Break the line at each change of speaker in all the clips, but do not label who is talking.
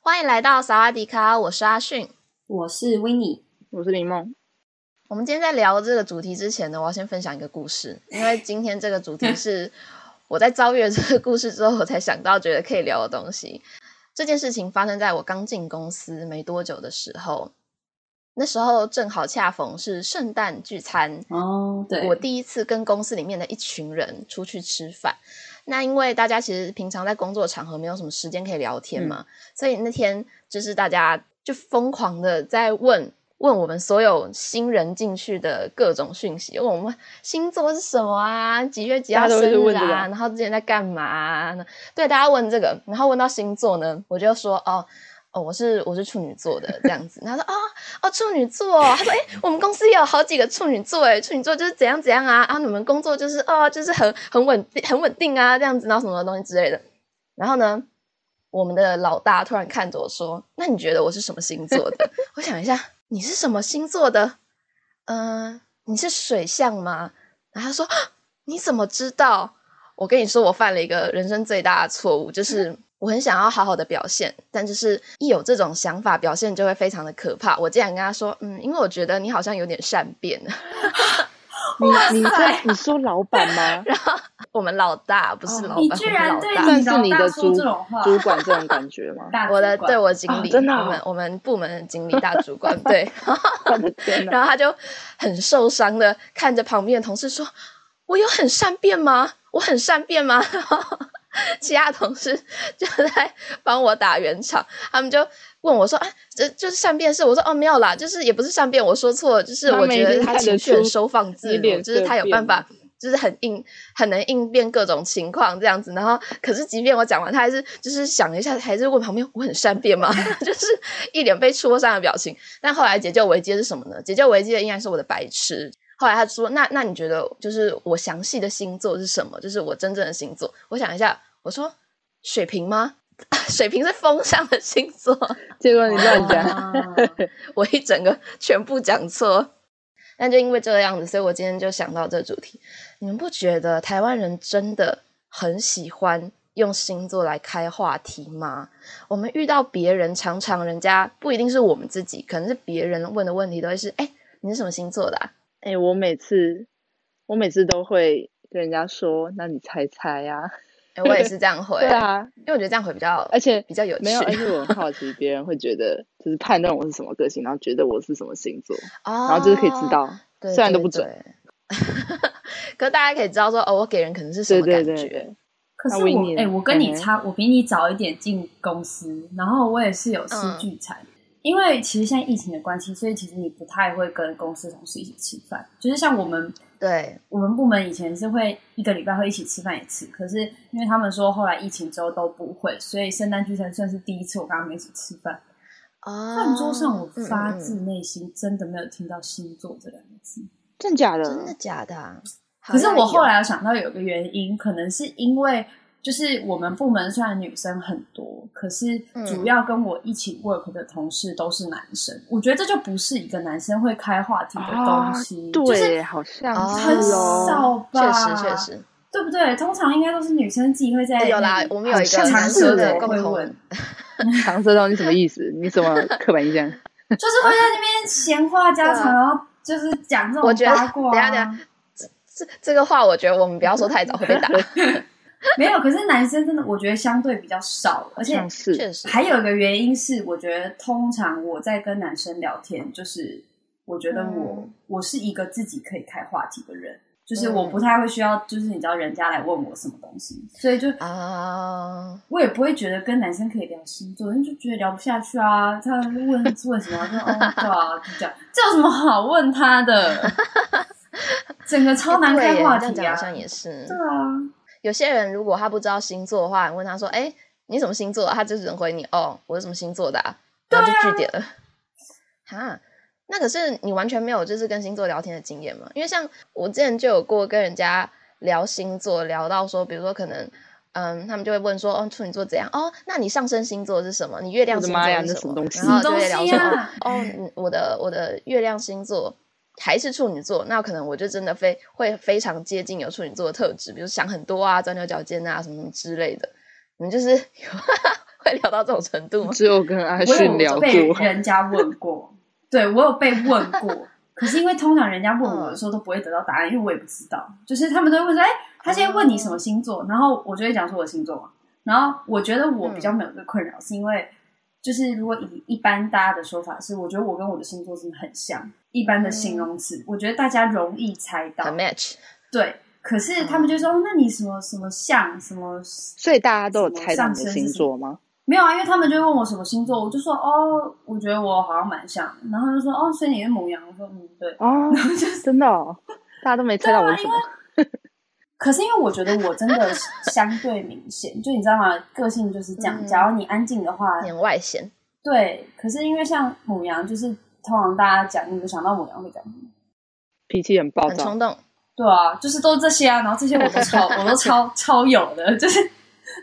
欢迎来到萨瓦迪卡，我是阿迅。
我是 w i n n i
我是林梦。
我们今天在聊这个主题之前呢，我要先分享一个故事，因为今天这个主题是我在遭遇了这个故事之后，我才想到觉得可以聊的东西。这件事情发生在我刚进公司没多久的时候，那时候正好恰逢是圣诞聚餐，
哦，对，
我第一次跟公司里面的一群人出去吃饭。那因为大家其实平常在工作场合没有什么时间可以聊天嘛，所以那天就是大家就疯狂的在问问我们所有新人进去的各种讯息，问我们星座是什么啊，几月几号
大家都
生
会去
日
问这个
啊，然后之前在干嘛、啊？那对，大家问这个，然后问到星座呢，我就说哦。哦，我是我是处女座的这样子，然后他说哦哦处女座，他说哎、我们公司也有好几个处女座哎，处女座就是怎样怎样啊，然后你们工作就是哦就是很很稳定很稳定啊这样子，然后什么东西之类的。然后呢，我们的老大突然看着我说：“那你觉得我是什么星座的？”我想一下，你是什么星座的？嗯、你是水象吗？然后他说啊：“你怎么知道？”我跟你说，我犯了一个人生最大的错误，
嗯
就是我很想要好好的表现，但就是一有这种想法，表现就会非常的可怕。我竟然跟他说：“嗯，因为我觉得你好像有点善变。”
你你在你说老板吗？
我们老大不是
哦
老
你
板，
居
我们
然
老
对
大
你
算是你的
老大说
主
这种话
主管这种感觉 吗？
大主
我的
管哦
对我经理，
啊真的啊
我们我们部门的经理大主管对，
我的天哪！
然后他就很受伤的看着旁边的同事说：“我有很善变吗？我很善变吗？” 然后其他同事就在帮我打圆场，他们就问我说：“啊，这就是善变是？”我说：“哦，没有啦，就是也不是善变，我说错了，就是
他
我
们
觉
一定
得他
看得
情绪很
出
收放自
你
如，
脸
就是
色
他有
变
办
了
法。”就是很应很能应变各种情况这样子。然后，可是即便我讲完，他还是就是想了一下，还是问旁边我很善变吗？就是一脸被戳伤的表情。但后来解救危机的是什么呢？解救危机的依然是我的白痴。后来他说：“那那你觉得就是我详细的星座是什么？就是我真正的星座？”我想一下，我说：“水瓶吗？ 水瓶是风象的星座。”
结果你乱讲，
啊
我一整个全部讲错。那就因为这样子，所以我今天就想到这主题。你们不觉得台湾人真的很喜欢用星座来开话题吗？我们遇到别人，常常人家不一定是我们自己，可能是别人问的问题都会是：哎、你是什么星座的、啊？
哎、我每次我每次都会跟人家说，那你猜猜呀、
哎我也是这样回，
对啊，
因为我觉得这样回比较，
而且
比较有趣。
没有，而且我很好奇，别人会觉得就是判断我是什么个性，然后觉得我是什么星座，
哦，
然后就是可以知道，
对，
虽然都
对
不准。
对 可是大家可以知道说，哦，我给人可能是什
对
么感
对
觉。
对对，
可是
那 Winnie
我
呢
哎、我跟你
嗯哼
差，我比你早一点进公司，然后我也是有吃
嗯
聚餐，因为其实现在疫情的关系，所以其实你不太会跟公司同事一起吃饭，就是像我们
对
我们部门以前是会一个礼拜会一起吃饭一次，可是因为他们说后来疫情之后都不会，所以圣诞聚餐算是第一次我跟他们一起吃饭。
哦，
饭桌上我
嗯
发
嗯嗯
自内心真的没有听到星座这两个字，
真假
真的
的？
假的、啊？好
可是我
像
后
有
来有想到有个原因，可能是因为就是我们部门虽然女生很多，可是
嗯
主要跟我一起 work 的同事都是男生，我觉得这就不是一个男生会开话题的东西，
啊
就
对，
是
好像
哦
是
很
哦。
少 吧，
哎确实确实哎
对不对？通常应该都是女生自己会在
有啦
那里啊
我们有一个
好像
男
是
生
的
我
共
会
同
问
长舌头你什么意思？你什么刻板印象？
就是会在那边闲话 家
对啊
常，然后就是讲这
我
种
觉得
八卦啊。
等一下等一下这这个话，我觉得我们不要说太早，会被 打。
没有，可是男生真的，我觉得相对比较少，而且
像是
确实，
还有一个原因是，我觉得通常我在跟男生聊天，就是我觉得我、
嗯
我是一个自己可以开话题的人，就是
嗯
我不太会需要，就是你知道人家来问我什么东西，所以就
啊，
我也不会觉得跟男生可以聊星座，因为就觉得聊不下去啊。他们问问什么，我就 说哦对啊，就这样，这有什么好问他的？整个超难
哎对
开
欸耶
话
这样
题
讲
啊
好！像也是
对。啊，
有些人如果他不知道星座的话，你问他说：“哎、你什么星座、啊？”他就只能回你：“哦，我是什么星座的、啊。”然后就据点了。哈，那可是你完全没有就是跟星座聊天的经验嘛？因为像我之前就有过跟人家聊星座，聊到说，比如说可能。嗯，他们就会问说，哦，处女座怎样？哦，那你上升星座是什么？你月亮
我的
星座
妈呀
是
那
什
什
么？
么东西
然后就会聊
什
说，
么东西
哦
啊，
嗯我的我的月亮星座还是处女座，那可能我就真的非会非常接近有处女座的特质，比如想很多啊，钻牛角尖啊，什么什么之类的。你们就是 会聊到这种程度吗？
只有跟阿
我
迅聊
有被
过，
人家问 过，对我有被问过，可是因为通常人家问我
嗯
的时候都不会得到答案，因为我也不知道，就是他们都会问说，哎、他现在问你
哦
什么星座，然后我就会讲说我的星座嘛，然后我觉得我比
嗯
较没有这个困扰，是因为就是如果以一般大家的说法是，我觉得我跟我的星座真的很像，一般的形容词，
嗯
我觉得大家容易猜到
很，match，
对。可是
嗯
他们就说，哦那你什么什么像什么
所以大家都有
什么
猜到
上
你的
升是
星
什么
座吗？
没有啊，因为他们就问我什么星座，我就说哦，我觉得我好像蛮像的，然后他就说哦，所以你是母羊，我说嗯对。
哦，真的哦，大家都没猜到我是什么。
可是因为我觉得我真的相对明显，就你知道吗？个性就是这样，
嗯
只要你安静的话，
很外显。
对。可是因为像母羊，就是通常大家讲，你就想到母羊会讲什么？
脾气很暴
很
躁
冲，动，
对啊，就是都这些啊，然后这些我都超，我都超超有的，就是，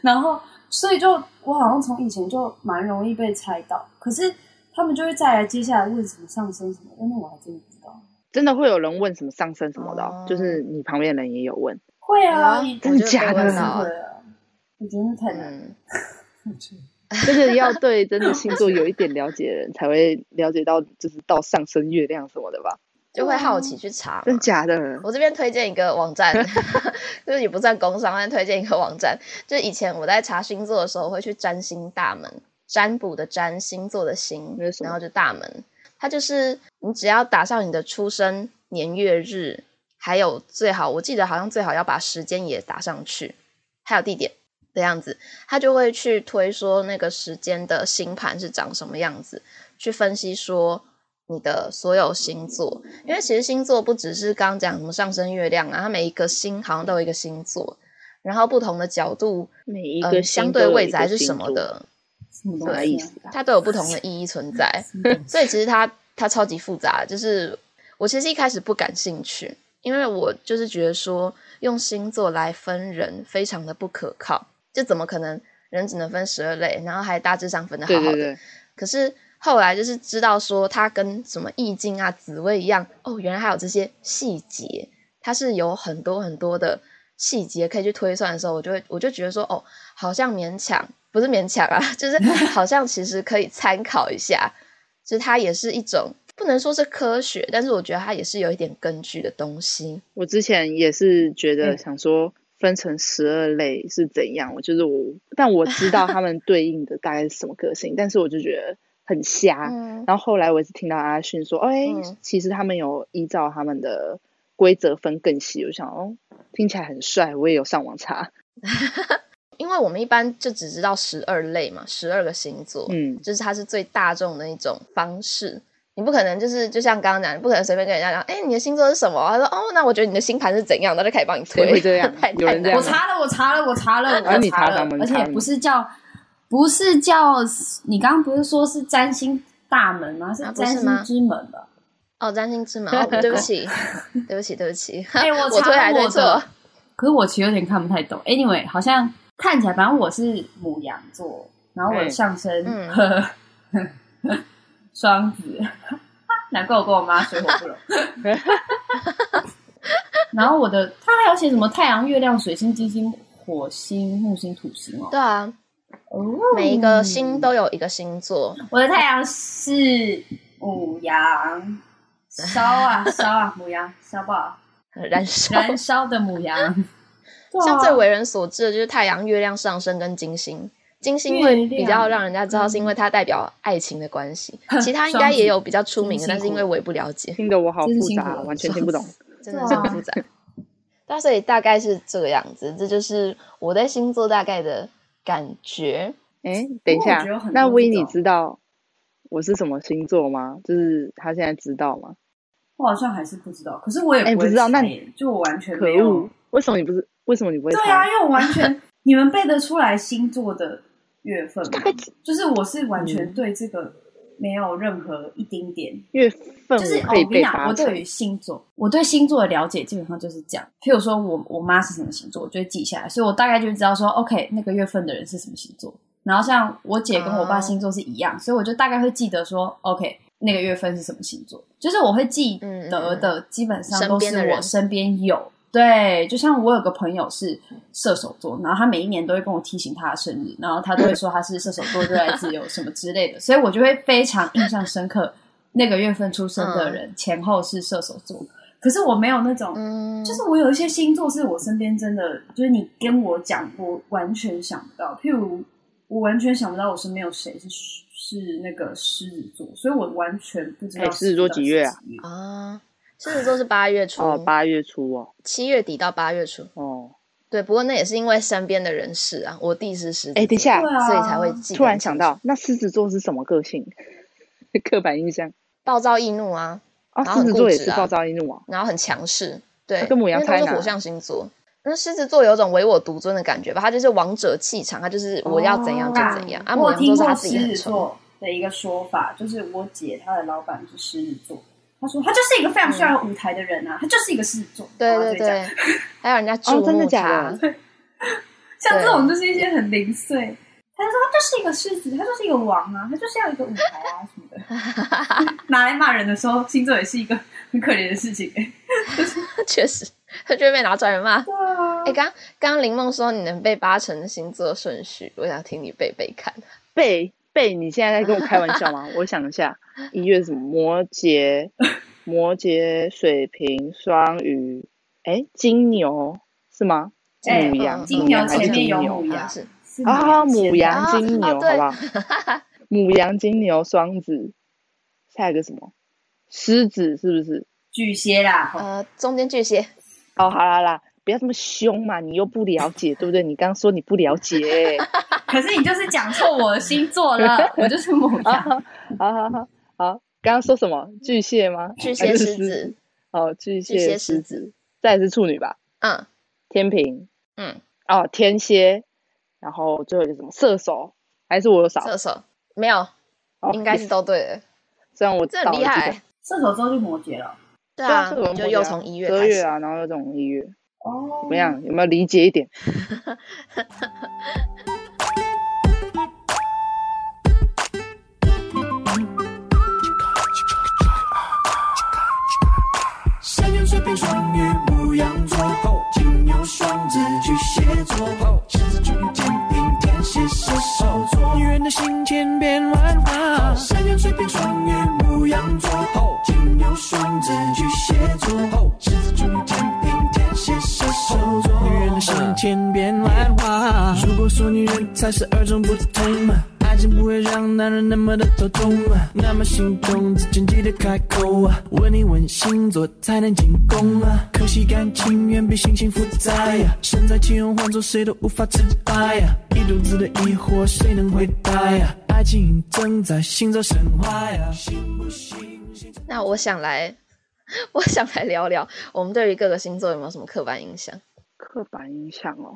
然后所以就我好像从以前就蛮容易被猜到，可是他们就会再来接下来问什么上升什么，那我还真的不知道。
真的会有人问什么上升什么的
哦，
哦就是你旁边的人也有问，
会啊，
有啊
真的假
我
的
也
问
是
到
会啊，我觉得太难了。
嗯，
这个要对真的星座有一点了解的人才会了解到，就是到上升月亮什么的吧？
就会好奇去查嘛。
真假的？
我这边推荐一个网 站， 就是也不算工商，但推荐一个网站。就是以前我在查星座的时候，会去占星大门，占卜的占，星座的星
那是，什么
然后就大门。它就是你只要打上你的出生年月日，还有最好我记得好像最好要把时间也打上去，还有地点的样子，它就会去推说那个时间的星盘是长什么样子，去分析说你的所有星座，因为其实星座不只是刚刚讲什么上升月亮啊，它每一个星好像都有一个星座，然后不同的角度，
每一
嗯
个
相
星
对
座
位
有一
置还
个
是什
星
么
座
的，
什么
什
东
么
西
意
啊？
思啊？
它都有不同的意义存在。所以其实它它超级复杂，就是我其实一开始不感兴趣，因为我就是觉得说用星座来分人非常的不可靠，就怎么可能人只能分十二类，然后还大致上分的好
对
好的。
对对，
可是后来就是知道说，它跟什么易经啊、紫微一样，哦，原来还有这些细节，它是有很多很多的细节可以去推算的时候，我就会我就觉得说，哦，好像勉强不是勉强啊， 就是好像其实可以参考一下，就是它也是一种不能说是科学，但是我觉得它也是有一点根据的东西。
我之前也是觉得
嗯
想说分成十二类是怎样，我就是我，但我知道他们对应的大概是什么个性，但是我就觉得很瞎。
嗯，
然后后来我也是听到阿迅说，哎、
嗯
其实他们有依照他们的规则分更细，我想哦，听起来很帅，我也有上网查，
因为我们一般就只知道十二类嘛，十二个星座，
嗯，
就是它是最大众的一种方式。你不可能就是就像刚刚讲，你不可能随便跟人家讲，哎、你的星座是什么？他说，哦，那我觉得你的星盘是怎样的，他就可以帮你推。
谁会这样
太
有人
太难
这 样
我
了
吗
查了，我查了，我查了，
啊
我
你查
了
他们，
而
查
且
你
不是叫，不是叫，你刚刚不是说是占星大门吗？是
啊不
占
是吗
星之门吧？
哦，占星之门， 哦、对不起，对不起，对不起，
哎、我
我
查
推来
了
推
我
错
的，，可是我其实有点看不太懂。Anyway，好像看起来，反正我是母羊座，然后我的上升
嗯
呵呵 双子， 难怪我跟我妈水火不容。 然后我的，他还有写什么太阳、月亮、水星、金星、火星、木星、土星哦。
对啊，
哦，
每一个星都有一个星座，
我的太阳是母羊，烧啊烧啊，母羊烧不好，
嗯
燃烧。
燃烧的 母羊。对啊
像最为人所知的就是太阳、月亮上升跟金星。金星会比较让人家知道，是因为它代表爱情的关系。 其他应该也有比较出名的，
双
但
子
是因为我也不了解，
听得我好
真是
复
辛苦
杂，啊
了
完全听不 懂。
真的是
啊
很复杂。那所以大概是这个样子，这就是我对星座大概的感觉。
哎，等一
不过我
下
觉得有很，
那
多
威
这
你
种
知道我是什么星座吗？就是他现在知道吗？
我好像还是不知道，可是我也
哎
不会
不知道
猜
那
耶就我完全
可
没有
恶，为什么你不是？为什么你不会
对啊，
猜？
因为我完全你们背得出来星座的月份吗
大概
就是我是完
嗯
全对这个没有任何一丁点
月份
就是
我
哦
可以
我跟你
被
讲，
八
我
成
对于星座，我对星座的了解基本上就是这样。譬如说我我妈是什么星座，我就会记下来，所以我大概就会知道说，OK，那个月份的人是什么星座。然后像我姐跟我爸
哦
星座是一样，所以我就大概会记得说，OK，那个月份是什么星座。就是我会记得的，基本上都
嗯身
是
边的人
我身边有。对，就像我有个朋友是射手座，然后他每一年都会跟我提醒他的生日，然后他都会说他是射手座热爱自由什么之类的， 所以我就会非常印象深刻那个月份出生的人、前后是射手座。可是我没有那种，
嗯，
就是我有一些星座是我身边真的，就是你跟我讲，我完全想不到。譬如我完全想不到我身边有谁是是那个狮子座，所以我完全不知道
哎狮子座
到
几
底
月
是
啊
几月
啊，狮子座是八月初，
哦，八月初哦，
七月底到八月初。
哦，
对，不过那也是因为身边的人是啊，我弟是狮子，
哎等一下
对啊
所以才会记得
突然想到，那狮子座是什么个性？ 刻板印象
暴躁易怒啊，
啊，
然后很
狮子座
固
也
执
是
啊
暴躁易怒啊，
然后很强势，对，
他跟我一样
因为都
太
是
难
火象星座。那狮子座有种唯我独尊的感觉吧，他就是王者气场，他就是我要怎样就怎样。啊，母
我
羊座
有听
是
过
他自
狮
己很
子
冲，
座的一个说法，就是我姐她的老板是狮子座，她说她就是一个非常需要舞台的人啊，她就是一个狮子座。
嗯对
然后
对
就这样
对，还有人家注
哦真的
目
假
他
的，
像这种就是一些很零碎。她就说她就是一个狮子，她就是一个王啊，她就是要一个舞台啊什么的。 拿来骂人的时候，星座也是一个很可怜的事 情、欸。
确实，他就会被拿出来骂。
对啊
哎，刚刚林梦说你能背八成的星座顺序，我想听你背背看。
贝贝，你现在在跟我开玩笑吗？我想一下，一月是什么？摩羯，摩羯、水瓶、双鱼，哎，金牛是吗？是
哎
母羊，
金
母
牛
羊还是
前面
金
有
牛
母
好像
羊
是
是
啊，
你
母
的
羊、
啊
金牛，
啊对
好不好？ 母羊、金牛、双子，下一个什么？狮子是不是？
巨蟹啦，好
呃，中间巨 蟹，
哦，好啦啦，不要这么凶嘛，你又不了解，对不对？你刚说你不了解，
可是你就是讲错我的星 座了，我就是母
啊，
羊。
好 好好好，刚刚说什么？巨蟹吗？
巨
还
蟹、
是
狮子，，
哦，巨
巨蟹
蟹、
狮
狮
子
子，再来是处女吧，
嗯
天平，
嗯，
哦，天蝎，然后最后一个什么射手，还是我有少？
射手没有，
哦
应该是都对的，
虽然我
这很厉
倒了
害
几个
欸。
射手座就摩羯了。
对
对
啊
啊，，
你就又从一月
十二
开
月
始。
啊，然后又从一月，
哦，
怎么样？有没有理解一点？
山羊、水瓶、双鱼、牧羊座、金牛、双子、巨蟹座、狮子、处女、天平、天蝎、射手座。女人的心千变万化。山羊、水瓶、双鱼、牧羊座、金牛、双子、巨蟹座、狮子、处女、天平、天蝎、射手座。女人的心千变万化。如果说女人才是二种不同嘛。爱情不会让男人那么的头痛啊，那么心动之前记得开口啊，问一问星座才能进攻啊。可惜感情远比心情复杂呀，身在其中换做谁都无法自拔呀，一肚子的疑惑谁能回答呀？爱情正在星座神话呀，信不信？星座
那我想来， 我想来聊聊我们对于各个星座有没有什么刻板印象？
刻板印象哦。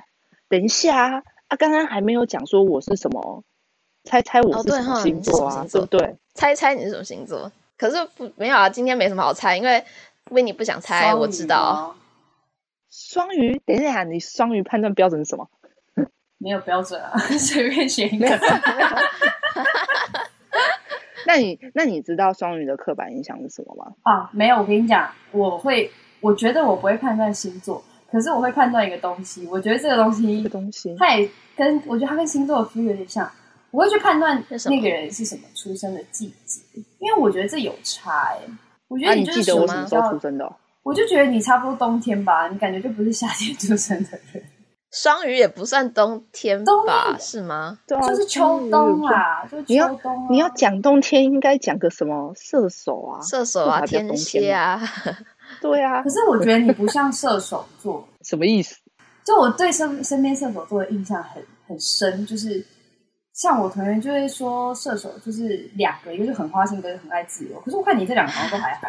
等一下啊，啊，刚刚还没有讲说我是什么，猜猜
哦
我是
对
什么
哈
星
你是什
座
么
啊，
星座
对不对？
猜一猜你是什么星座？可是不没有啊，今天没什么好猜，因为因为你不想猜，
双鱼
我知道。
哦，
双鱼，等一下，你双鱼判断标准是什么？
没有标准啊， 随便选一个。
那你那你知道双鱼的刻板印象是什么吗？
啊，没有，我跟你讲，我会，我觉得我不会判断星座，可是我会判断一个东西。我觉得这个东
这
西
个，东西，
它也跟我觉得它跟星座的 feel 有点像。我会去判断
是什么
那个人是什么出生的季节，因为我觉得这有差哎、我觉
啊，
得你
你
就
记
是
得
属
我
于
什么
比
时候
较
出，生的哦？
我就觉得你差不多冬天吧，你感觉就不是夏天出生的人，
双鱼也不算冬天
冬
吧？
天
是吗？
对啊，
就是秋
双鱼
冬
有说。
啦，就是
你要
秋冬啊。
你要讲冬天，应该讲个什么射手啊？
射手
这
啊，
还比较
天
冬
蝎
天嘛，
啊，
对啊
可，是我觉得你不像射手座，
什么意思？
就我对身身边射手座的印象很很深，就是像我同学就会说射手就是两个，一个就很花心，一个就很爱自由。可是我看你这两个好像都还 好。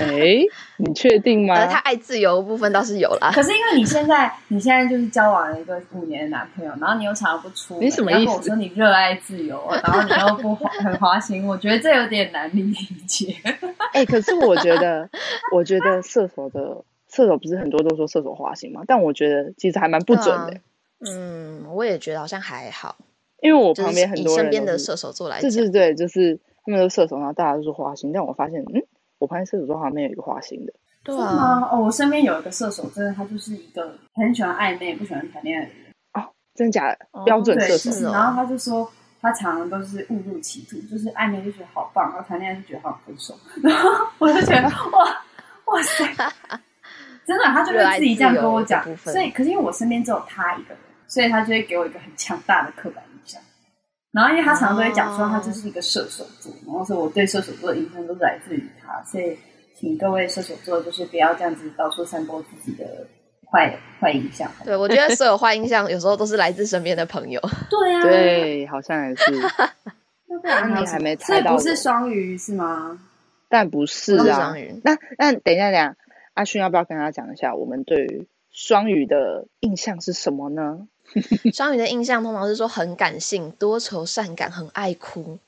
哎，你确定吗
呃，？他爱自由的部分倒是有啦。
可是因为你现在，你现在就是交往了一个五年的男朋友，然后你又常常不出门，
你什么
然后
意思
跟我说你热爱自 由，然后你又不花很花心，我觉得这有点难理解。
哎，可是我觉得，我觉得射手的射手不是很多都说射手花心吗？但我觉得其实还蛮不准的欸
对，啊嗯，我也觉得好像还好，
因为我
就
旁
是
边很
以
多人
身边
都
的
是
射手座来
对
讲，
对对，就是他们都射手，然后大家都说花心，但我发现，嗯，我发现射手座好像没有一个花心的。
对
是
啊，
吗？哦，我身边有一个射手，真的他就是一个很喜欢暧昧、不喜欢谈恋爱的人，
真假的
哦
标准
对，
射
是
手，
是哦
然后他就说。他常常都是误入歧途，就是暧昧就觉得好棒，然后谈恋爱就觉得好分手， 然后我就觉得哇 哇塞，真的，他就会自己这样跟我
热爱
讲
自由的。部分
所以，可是因为我身边只有他一个人，所以他就会给我一个很强大的刻板印象。然后，因为他常常都会讲说
哦
他就是一个射手座，然后所以我对射手座的印象都是来自于他。所以，请各位射手座就是不要这样子到处散播自己的坏坏印象。
对，我觉得所有坏印象有时候都是来自身边的朋友。
对啊，
对，好像也是，
要不
啊
然
你还没猜
所以
到
不是
我
双鱼是吗？
但不是
不是
啊
双鱼。
那那等一下，等一下，阿勋要不要跟他讲一下我们对于双鱼的印象是什么呢？
双鱼的印象通常是说很感性、多愁善感、很爱哭，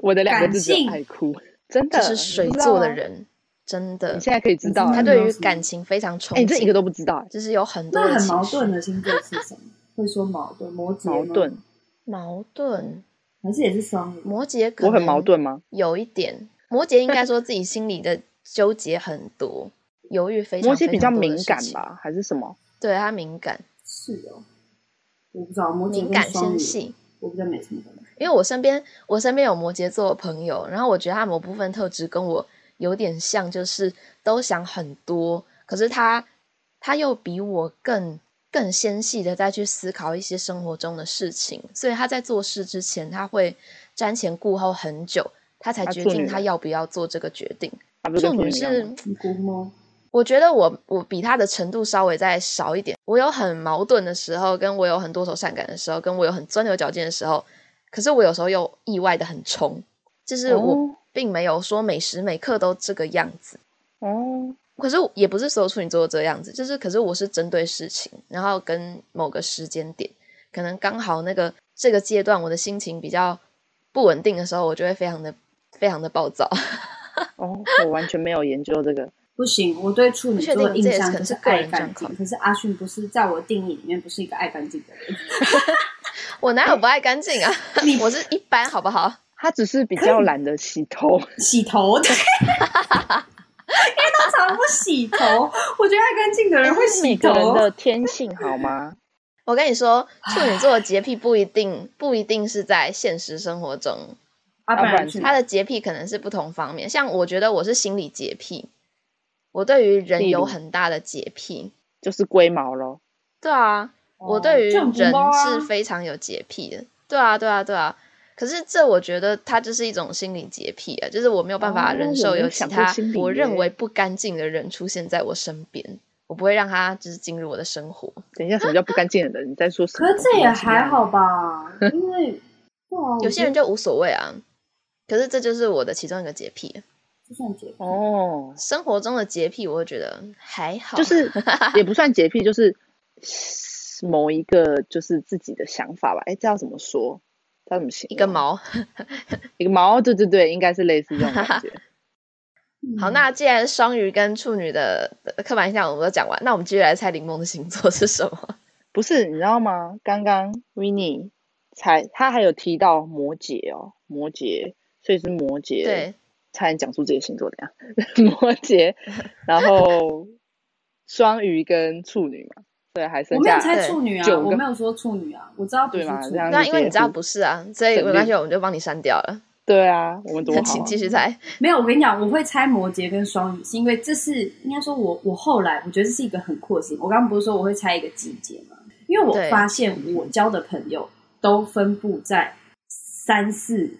我的两个
感
字只有
性
爱哭，真的
就是水做的。人，真
啊你
的
知道吗你，现在可以知道
你
了，
他
真的
对于感情非常憧
哎，你这一
憬，
个都不知道，
就是有很多
那
的
很
情
矛
绪
盾的星座是什么？ 会说矛盾，摩羯吗
矛，盾。
矛盾。
还是也是双鱼？
摩羯可
我很
能
矛盾吗？
有一点，摩羯应该说自己心里的纠结很多，犹豫非常。
摩羯比较
非常多
敏
的事
感
情，
吧，还是什么？
对他敏感、
是哦，我不知道摩羯
敏
跟
感
双
纤
鱼，
细。
我比较没什么感觉。
因为我身边我身边有摩羯座的朋友，然后我觉得他某部分特质跟我有点像，就是都想很多，可是他他又比我更更纤细的再去思考一些生活中的事情，所以他在做事之前，他会瞻前顾后很久，他才
他
决
处
定
女
他
吗
要不要做这个决定。
他啊不是
处
跟处
女
一样
是
吗，
你估摸
我觉得我我比他的程度稍微再少一点。我有很矛盾的时候，跟我有很多愁善感的时候，跟我有很钻牛角尖的时候，可是我有时候又意外的很冲，就是
哦
我并没有说每时每刻都这个样子。
哦，
可是也不是所有处女座都这样子，就是可是我是针对事情，然后跟某个时间点，可能刚好那个这个阶段我的心情比较不稳定的时候，我就会非常的非常的暴躁。
哦，我完全没有研究这个。
不行，我对处女座
不确
的
定
印
这
象
也
就是是
个
爱
人状
干净
况，
可是阿迅不是在我的定义里面不是一个爱干净的人。
我哪有不爱干净啊？我是一般好不好？
他只是比较懒得洗头，
洗 头，对因为他常常不洗头，我觉得爱干净的人会
这
洗
是
哎
每个人
头。
的天性好吗？
我跟你说，处女座的洁癖不一定不一定是在现实生活中，
啊，不
要
然
不然
去
他的洁癖可能是不同方面。像我觉得我是心理洁癖，我对于人
例如
有很大的洁癖。
就是龟毛咯。
对啊，
哦
我对于
这很不
人
猫啊
是非常有洁癖的。对啊，对啊，对啊。可是这我觉得它就是一种心理洁癖啊，就是我没有办法
哦
忍
我
受
没有
有其
想过
他
心理
我认
耶
为不干净的人出现在我身边，我不会让他就是进入我的生活。
等一下，什么叫不干净的人？你在说什
可
么？啊
是这也还 好吧，因为对啊，
有些人
就
就无所谓啊，可是这就是我的其中一个洁癖。
就算洁癖，
哦，
生活中的洁癖，我会觉得还好，
就是
哦
也不算洁癖，就是某一个就是自己的想法吧。哎，这要怎么说？这要怎么形
一
容？
个毛。
一个毛，对对对，应该是类似这种感 觉。
嗯
好，那既然双鱼跟处女的的刻板印象我们都讲完，那我们继续来猜柠檬的星座是什 么？
不是，你知道吗？刚刚 w i n n i e 才他还有提到摩羯哦，摩羯，所以是摩羯。
对，
差点讲出自己的星座怎样？ 摩羯，然后双鱼跟处女嘛，对，还
我
剩
没有
下
猜
对
处女啊，
九
我
个
没有说处女啊，我知道不是
对嘛
处
这
女
样
那因为
解
你知道
除
不是啊，所以
省
没
略
关系，我们就帮你删掉了。
对啊，我们多好、
请
啊。
继续猜。
没有，我跟你讲，我会猜摩羯跟双鱼，是因为这是应该说我我后来我觉得这是一个很酷的事情。我刚刚不是说我会猜一个季节吗？因为我
对
发现我交的朋友都分布在三四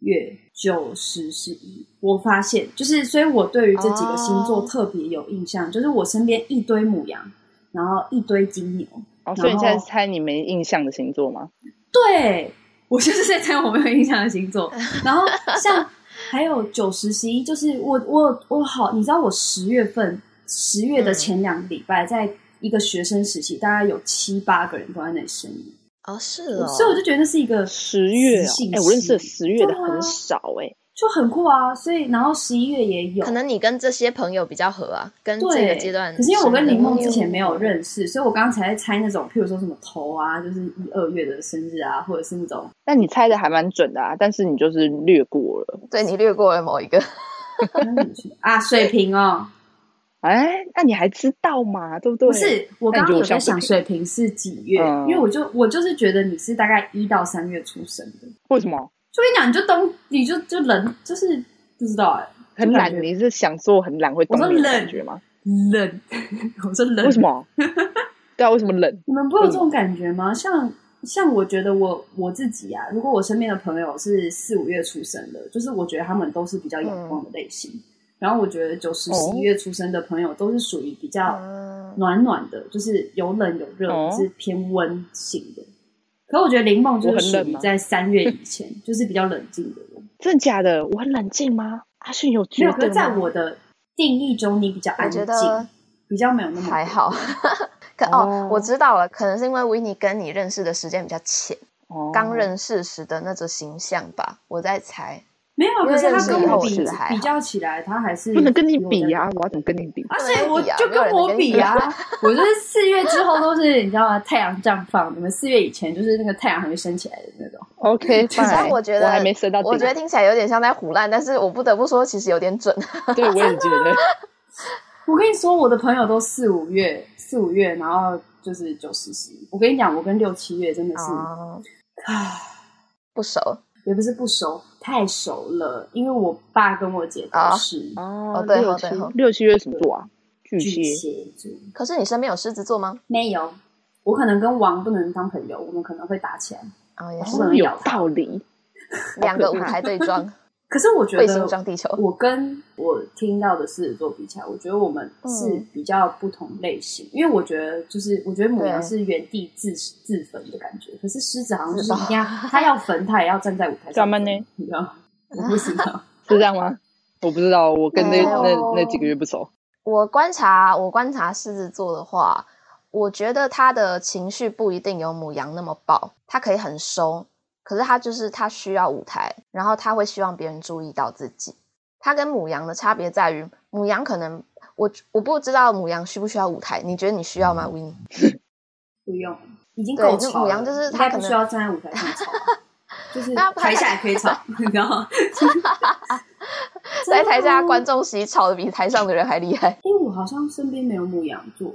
月、九十、十一。我发现就是，所以我对于这几个星座
哦
特别有印象，就是我身边一堆母羊，然后一堆金牛，
哦，所以你
然
现在
后
是猜你没印象的星座吗？
对，我就是在猜我没有印象的星座。然后像还有九十十一，就是我我我好，你知道我十月份十月的前两个礼拜，在一个学生时期，大概有七八个人都在那里生日，
哦，是哦，
所以我就觉得那是一个
十月、哦
信，
哎、我认识的
息
十月的
对啊
很少哎、
就很酷啊。所以然后十一月也有
可。能你跟这些朋友比较合啊，跟这个
啊对，
阶段。
可是因为我跟林梦之前没有认识，所以我刚才在猜那种，譬如说什么头啊，就是一二月的生日啊，或者是那种
但你猜的还蛮准的啊，但是你就是略过了。
对你略过了某一个，
啊水瓶哦，
哎，那你还知道嘛？对不对？
不是，我刚
那
刚
你
有
就想
在想
不起
水瓶是几月，
嗯
因为我就我就是觉得你是大概一到三月出生的，
为什么
就跟你讲，你就东你就就冷，就是不知道哎、
很
就感
懒？
觉
你是想做很懒会动
我说
的
冷
感觉吗？
冷， 我说冷，
为 什？么？嗯对啊，为什么冷？
你们不会有这种感觉吗？像像我觉得我我自己啊，如果我身边的朋友是四五月出生的，就是我觉得他们都是比较阳光的类型。然后我觉得九十
嗯哦
十一月出生的朋友都是属于比较
嗯，
暖暖的，就是有冷有热，
哦
可是偏温型的。可我觉得林梦就
我
是属
很冷啊
于
吗
在三月以 前，就是比较冷静的人。
真的假的？我很冷静吗？阿迅有
没
觉
有，可
得
是在
吗？
我的定义中，你比较安
我觉
静
得，
比较没有那么
还好。 可
哦
哦，我知道了，可能是因为维尼跟你认识的时间比较浅，
哦
刚认识时的那种形象吧，我在猜。
没有。啊
因为
可是他跟我
认
比
识
的还好
比较起来，他还是
不能跟你比
呀、
呀、我要怎么跟你比？
啊，
不
所
能
以我
比啊
就
没有
跟
人
我
能跟你比
啊
啊！
我就是四月之后都是你知道吗？太阳绽放，你们四月以前就是那个太阳还没升起来的那种。
OK，
其实
fine
我觉得，
我还没升到顶，啊
我觉得听起来有点像在胡乱，但是我不得不说，其实有点准。
对 我也觉得，
我跟你说，我的朋友都四五月，四五月，然后就是九十十一。我跟你讲，我跟六七月真的是，
哦，
唉
不熟
也不是不熟，太熟了。因为我爸跟我姐都是
哦
对
六
哦
七
对哦
六七月什么座啊？巨
巨
蟹。
蟹座，
可是你身边有狮子座吗？
没有。我可能跟王不能当朋友，我们可能会打起来。
哦，也
不
是
能
哦有
咬
道理，
两个
好可
舞
怕
台对撞，
可是我觉
彗星
得，
撞地球。
我跟我听到的狮子座比起来，我觉得我们是
嗯
比较不同类型。因为我觉得，就是我觉得母羊
对
是原地自自焚的感觉，可是狮子好像就是
是吧
一定要，他要焚，他也要站在舞台上。
干嘛呢？
你知道吗？我不 知道。
是这样吗？我不知道，我跟那
没
那
有
那几个月不熟。
我观察，我观察狮子座的话，我觉得他的情绪不一定有母羊那么爆，他可以很收，可是他就是他需要舞台，然后他会希望别人注意到自己。他跟母羊的差别在于，母羊可能我我不知道母羊需不需要舞台，你觉得你需要
嗯
吗 w i n
不用，已经
对
够
就
吵了。
母羊就是
应
他
该
可
不
能
需要站在舞台 上吵，就是
那他
台下也可以 吵，你知道吗？
在台下
真的吗
观众席吵得比台上的人还厉害。
因为我好像身边没有母羊座，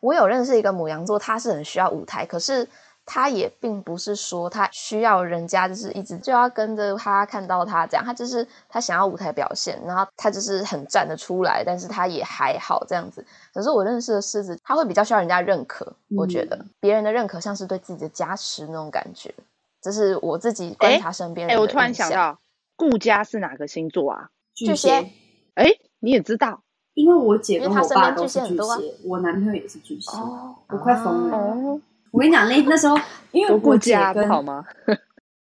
我有认识一个母羊座，他是很需要舞台，可是他也并不是说他需要人家就是一直就要跟着他看到他这样，他就是他想要舞台表现，然后他就是很站得出来，但是他也还好这样子。可是我认识的狮子，他会比较需要人家认可，我觉
嗯
得别人的认可像是对自己的加持那种感觉，这是我自己观察身边
哎、
人的
我突然
印
想
象，
到，顾家是哪个星座啊？
巨
蟹
蟹。
哎、你也知道
因为我姐跟
因为
我
她
爸
身边
都
巨
是
蟹
巨
很多啊
蟹，我男朋友也是巨蟹，
哦
我快疯了。
哦，
我跟你讲，那那时候 因为
多顾
我姐
家不
跟
好吗？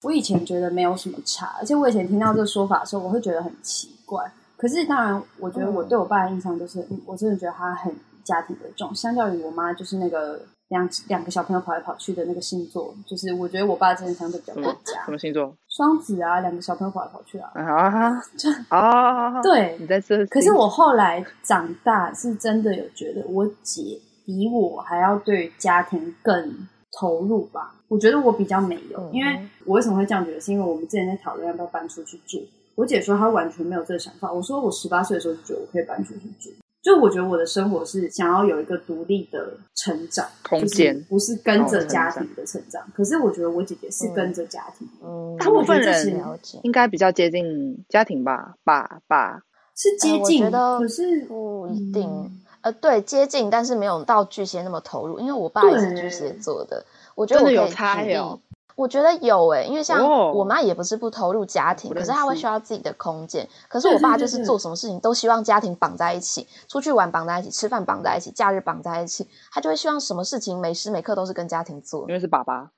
我以前觉得没有什么差，而且我以前听到这个说法的时候，我会觉得很奇怪。可是当然，我觉得我对我爸的印象就是，嗯我真的觉得他很以家庭为重，相较于我妈就是那个两两个小朋友跑来跑去的那个星座，就是我觉得我爸真的相对比较顾家
什，么星座
双子啊，两个小朋友跑来跑去啊，
啊？啊，
对
你。在这？
可是我后来长大，是真的有觉得我姐比我还要对家庭更投入吧。我觉得我比较没有，
嗯
因为我为什么会这样觉得，是因为我们之前在讨论要不要搬出去住。我姐说她完全没有这个想法。我说我十八岁的时候就觉得我可以搬出去住，就我觉得我的生活是想要有一个独立的成长
空间
就是不是跟
哦
着
成
家
长
庭的成长。可是我觉得我姐姐是
嗯
跟着家庭，
嗯，
大部分
我觉得这
人
是
了解。
应该比较接近家庭吧，爸爸。
是接
呃我
近，
觉
嗯
得
可是
不一定。
嗯
呃，对，接近，但是没有到巨蟹那么投入，因为我爸也是
对
巨蟹座的，我觉得我
真的
可
有
以
差
举
耶
例
哦
我觉得有诶、因为像
哦
我妈也不是不投入家庭，
不
可
认
是她会
识
需要自己的空间。可是
对
我
对
爸
对
就是
对
做什么事情都希望家庭绑在一起，出去玩绑在一起，吃饭绑在一起，假日绑 在一起，他就会希望什么事情每时每刻都是跟家庭做。
因为是爸爸，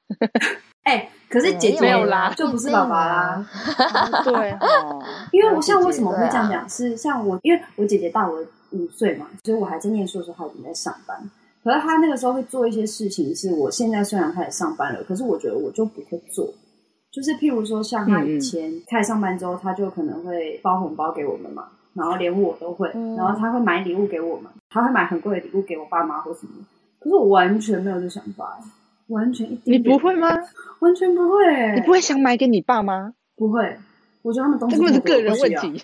哎、可是姐姐
没有啦
就不是爸爸啦。
哦对哦，
因为我像为什么会这
啊
样
对
讲，是像我，因为我姐姐大我五岁嘛，所以我还在念书的时候，她已经在上班。可是她那个时候会做一些事情，是我现在虽然开始上班了，可是我觉得我就不会做。就是譬如说，像
嗯
她以前开始上班之后，她就可能会包红包给我们嘛，然后连我都会，
嗯
然后她会买礼物给我们，她会买很贵的礼物给我爸妈或什么的。可是我完全没有这想法，完全一
你
点
不会吗？
完全不会，
你不会想买给你爸妈？
不会？我觉得他们东
这
西
根本是
太多哦
个
我
人
不
问
需要
题。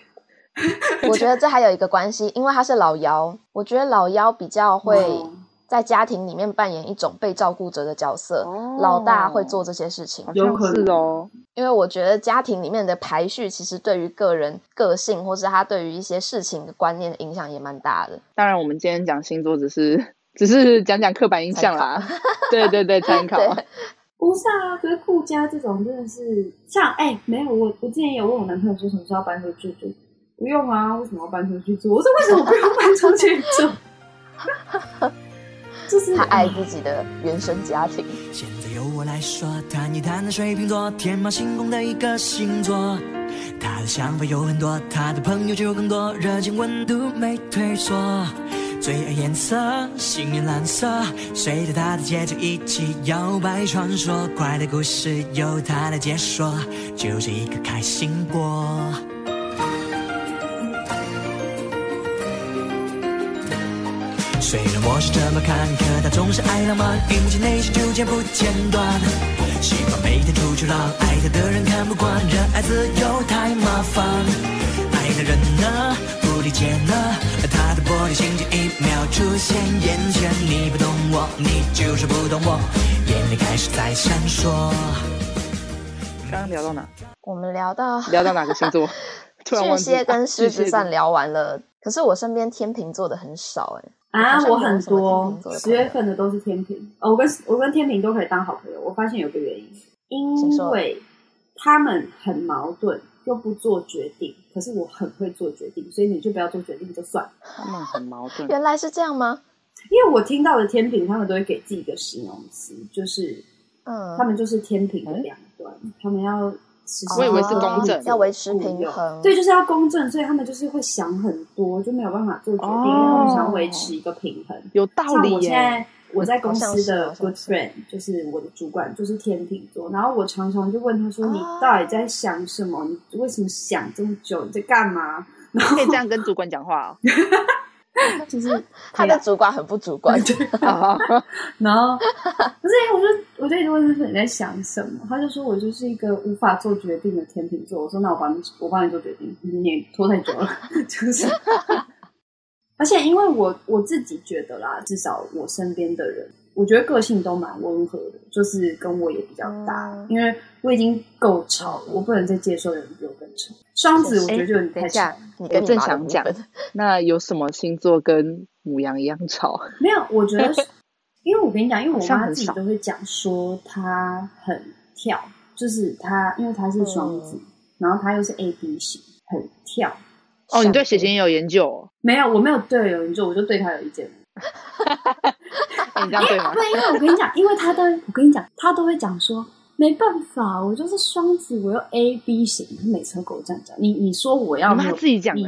我觉得这还有一个关系，因为他是老幺，我觉得老幺比较会
嗯
在家庭里面扮演一种被照顾者的角色，
哦
老大会做这些事情
好。
有
像
可能
是哦，
因为我觉得家庭里面的排序，其实对于个人个性或是他对于一些事情的观念的影响也蛮大的。
当然我们今天讲星座只是只是讲讲刻板印象啦， 对对对，参考。
对
不是啊，可是顾家这种真的是像哎、没有我，我之前有问我男朋友说什么时候要搬出去住，不用啊，为什么要搬出去住？我说为什么不用搬出去住？ 就是嗯
他爱自己的原生家庭。
现在由我来说，谈一谈的水瓶座，天马行空的一个星座。他的想法有很多，他的朋友就更多，热情温度没退缩。最爱颜色，幸运蓝色，随着他的节奏一起摇摆穿梭，快乐故事由他来解说，就是一个开心果。虽然我是这么看，可他总是爱浪漫，引起内心纠结不间断。喜欢每天出去浪，爱他的人看不惯，热爱自由太麻烦。爱的人呢，不理解呢，他的玻璃心情一秒出现眼前，你不懂我，你就是不懂我，眼泪开始在闪烁。
刚刚聊到哪？
我们聊到
聊到哪个星座？突然
巨
忘记
蟹跟狮
啊巨
子
蟹
算聊完了，可是我身边天秤座的很少哎、
啊，
好像
我很
有什么天秤
多
座的
十月份的都是天平，哦，我跟我跟天平都可以当好朋友。我发现有个原因，
请
因
说
为他们很矛盾，又不做决定，可是我很会做决定，所以你就不要做决定就算了。
他们很矛盾。
原来是这样吗？
因为我听到的天平，他们都会给自己一个形容词，就是
嗯，
他们就是天平的两端，他们要时时
我以为是公正
自己
要维持
顾虑
平衡
对，就是要公正，所以他们就是会想很多，就没有办法做决定，因
哦
为他们想要维持一个平衡。
有道
像
理
我现
耶，
在我在公司的
好像是好
good
像
friend 就是我的主管，就是天秤座，然后我常常就问他说：“
哦
你到底在想什么？你为什么想这么久？你在干嘛
可以这样跟主管 讲话哦。？”
就是
他的主管很不主观，
啊
然后不是，我就我就一直问他说你在想什么，他就说我就是一个无法做决定的天秤座。我说那我帮你，我帮你做决定，你也拖太久了， 就是。而且因为我我自己觉得啦，至少我身边的人，我觉得个性都蛮温和的，就是跟我也比较搭，
哦
嗯
因为我已经够吵了，我不能再接受有人比我更吵。双子我觉得就有点
等
太
一
吵了
下，，
你
我
跟你
正
妈的
想
部
讲
分，
那有什么星座跟母羊一样吵？
没有，我觉得 是，因为我跟你讲，因为我
好像
妈
很
自己
少
都会讲说她很跳，就是她，因为她是双
嗯
子，然后她又是 A B 型，很跳。
哦，你对血型也有研究哦？
没有，我没有对有人就我就对她有意见。
哎你这样对吗
不？，因为我跟 你讲，因为她都，我跟你讲，她都会讲说。没办法，我就是双子，我又 A B 型，她每次都跟我这样讲。你你说我要
你妈
没有
自己讲的
你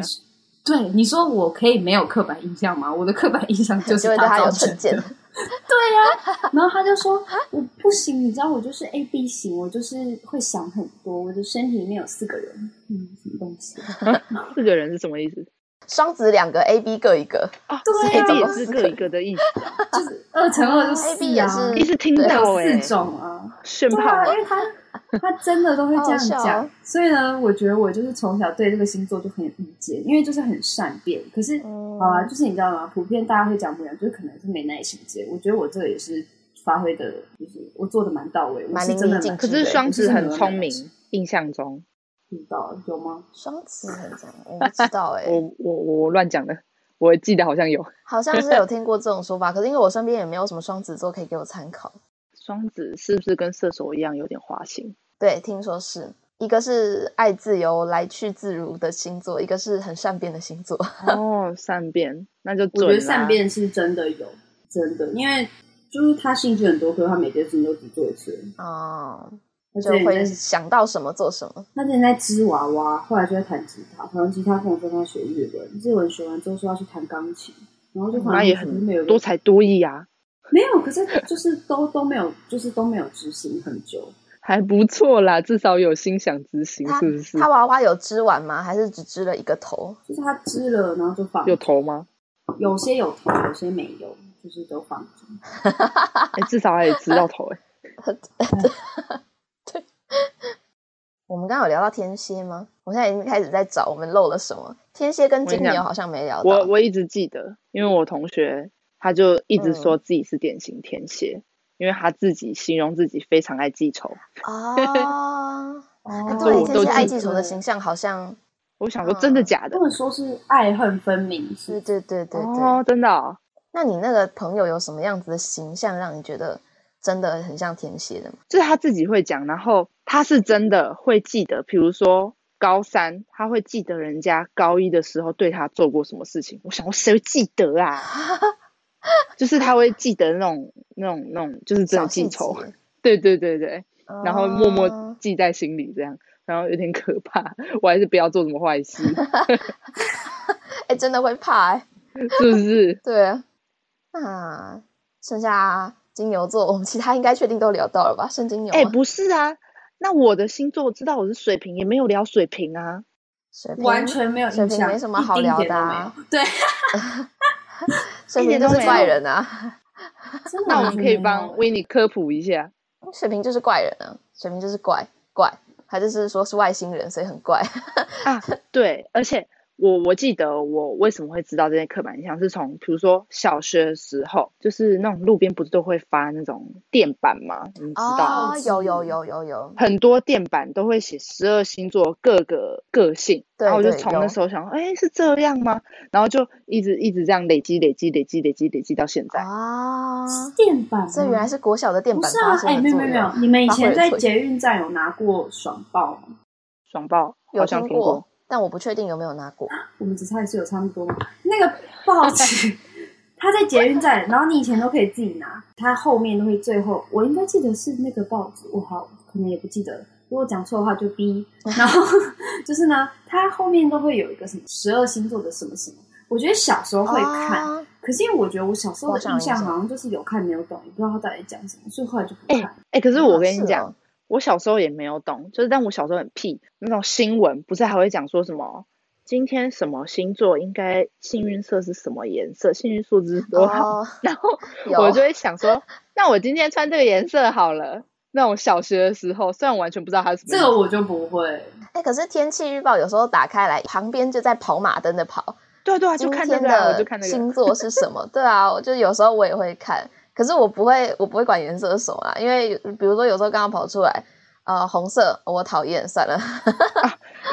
对你说我可以没有刻板印象吗？我的刻板印象就
你
是
就会对
她
他有
造成
成见
的。。对呀、然后他就说：“我不行，你知道我就是 A B 型，我就是会想很多，我的身体里面有四个人，嗯，什么东 西？
四个人是什么意思？
双子两个，A、B 各一个，
啊
对
，A
啊
B 也是各一个的意思啊，
就是二乘二就
A B
四
也
啊，
是欸
一直听
对
到
有
哎
四，种啊。
炫
对
炮
啊，因为他他真的都会这样
哦好好笑
讲
哦，
所以呢，我觉得我就是从小对这个星座就很有意见，因为就是很善变。可是
嗯
啊、就是你知道吗？普遍大家会讲不一样，就是可能是没耐心之类。我觉得我这个也是发挥的，就是我做的蛮到位，我
蛮
是
淋漓
真的
尽
蛮
可
致
是
对
双
我
子
真的
很
蛮
聪
耐
明
心，
印象中，
不知道有吗？
双子很怎样？我不知道哎、
我我我乱讲的，我记得好像有
好像是有听过这种说 法，可是因为我身边也没有什么双子座可以给我参考。
双子是不是跟射手一样有点花心？
对，听说是一个是爱自由、来去自如的星座，一个是很善变的星 座。
哦，善变，那就
我
准
觉
啦
得善变是真的有，真的，因为就是他兴趣很多，可是他每件事情都只做一次。
哦，
而
就
且
会
你在
想到什么做什么。
他之前在织娃娃，后来就在弹吉他，弹完吉他跟我说他学日文，日文学完之后说要去弹钢琴，然后就好
哦那
像
也
可能
很
没有
多才多艺啊，
没有，可是就是都都没有，就是都没有执行很久。
还不错啦，至少有心想执行，
他
是不是？
他娃娃有织完吗？还是只织了一个头？
就是他织了，然后就放，
有头吗？
有些有头，有些没有，就是都放着。
哎、至少还有知道 头哎、
我们刚刚有聊到天蝎吗？我现在已经开始在找我们漏了什么。天蝎跟金
我跟你
牛
讲
好像没聊
我
到。
我一直记得，因为我同学他就一直说自己是典型天蝎，因为他自己形容自己非常爱记仇。
哦，
哦
所以
对，
我
天
都
蝎爱
记
记仇的形象好像，
我想说，真的假的
他？们说是爱恨分明，
对
是
对对对对。
哦，真的、哦，
那你那个朋友有什么样子的形象让你觉得真的很像天蝎的吗？
就是他自己会讲，然后他是真的会记得，比如说。高三，他会记得人家高一的时候对他做过什么事情。我想，我谁会记得啊？就是他会记得那种、那种、那种，就是真
小
的记
气
仇。 对对对对。 然后默默
哦
记在心里，这样，然后有点可怕。我还是不要做什么坏事，
哎、真的会怕哎、
是不是？
对啊，那剩下金牛座，我们其他应该确定都聊到了吧？圣金牛吗、
哎、不是啊，那我的星座知道我是水瓶，也没有聊水瓶啊。
水瓶
完全没有
水
印
瓶
象，
没什么好聊的啊
一
水
丁点
一
瓶
点
就
都
是
没
怪
有
人啊，
都没有。真的
那我
完
们
全
可以
没有啊
帮维尼科普一下，
水瓶就是怪人啊，水瓶就是怪怪，他就是说是外星人，所以很怪。
啊，对，而且我我记得我为什么会知道这些刻板印象，是从比如说小学的时候，就是那种路边不是都会发那种电板吗？你们知道，
哦，有有有有有，
很多电板都会写十二星座各个个性，
对
然后我就
对
从
有
那时候想，哎，是这样吗？然后就一直一直这样累积累积累积累积累积到现在。
啊，
嗯
电板吗，
这原来是国小的电
不
板
是啊
发？
哎，
生的
没有
作
没有没
用
有，。你们以
发挥
前
的
在
作用
捷运站有拿过爽报吗？
爽爆，
有
好像
过，
过。
但我不确定有没有拿过。
我们只差一次有差不多嘛。那个 报纸，它在捷运站，然后你以前都可以自己拿，它后面都会最后，我应该记得是那个报纸，我好可能也不记得了。如果讲错的话就 逼。然后就是呢，它后面都会有一个什么十二星座的什么什么，我觉得小时候会看，
啊
可是因为我觉得我小时候的印象
我想一下
好像就是有看没有懂，也不知道他到底在讲什么，所以后来就不
哎
看。
哎，可是我跟
是
你讲，
哦
我小时候也没有懂，就是但我小时候很屁，那种新闻不是还会讲说什么？今天什么星座应该幸运色是什么颜色，幸运数字是多少？
哦
然后
有
我就会想说，那我今天穿这个颜色好了。那种小学的时候，虽然我完全不知道它是什么
这
颜
个
色，
我就不会，
哎、可是天气预报有时候打开来，旁边就在跑马灯的跑。
对啊对啊，就
今
看
天
这个啊，我就看
的
那个。
星座是什 么？对啊，我就有时候我也会看，可是我不会，我不会管颜色是什么啊，因为比如说有时候刚刚跑出来，呃，红色我讨厌，算了。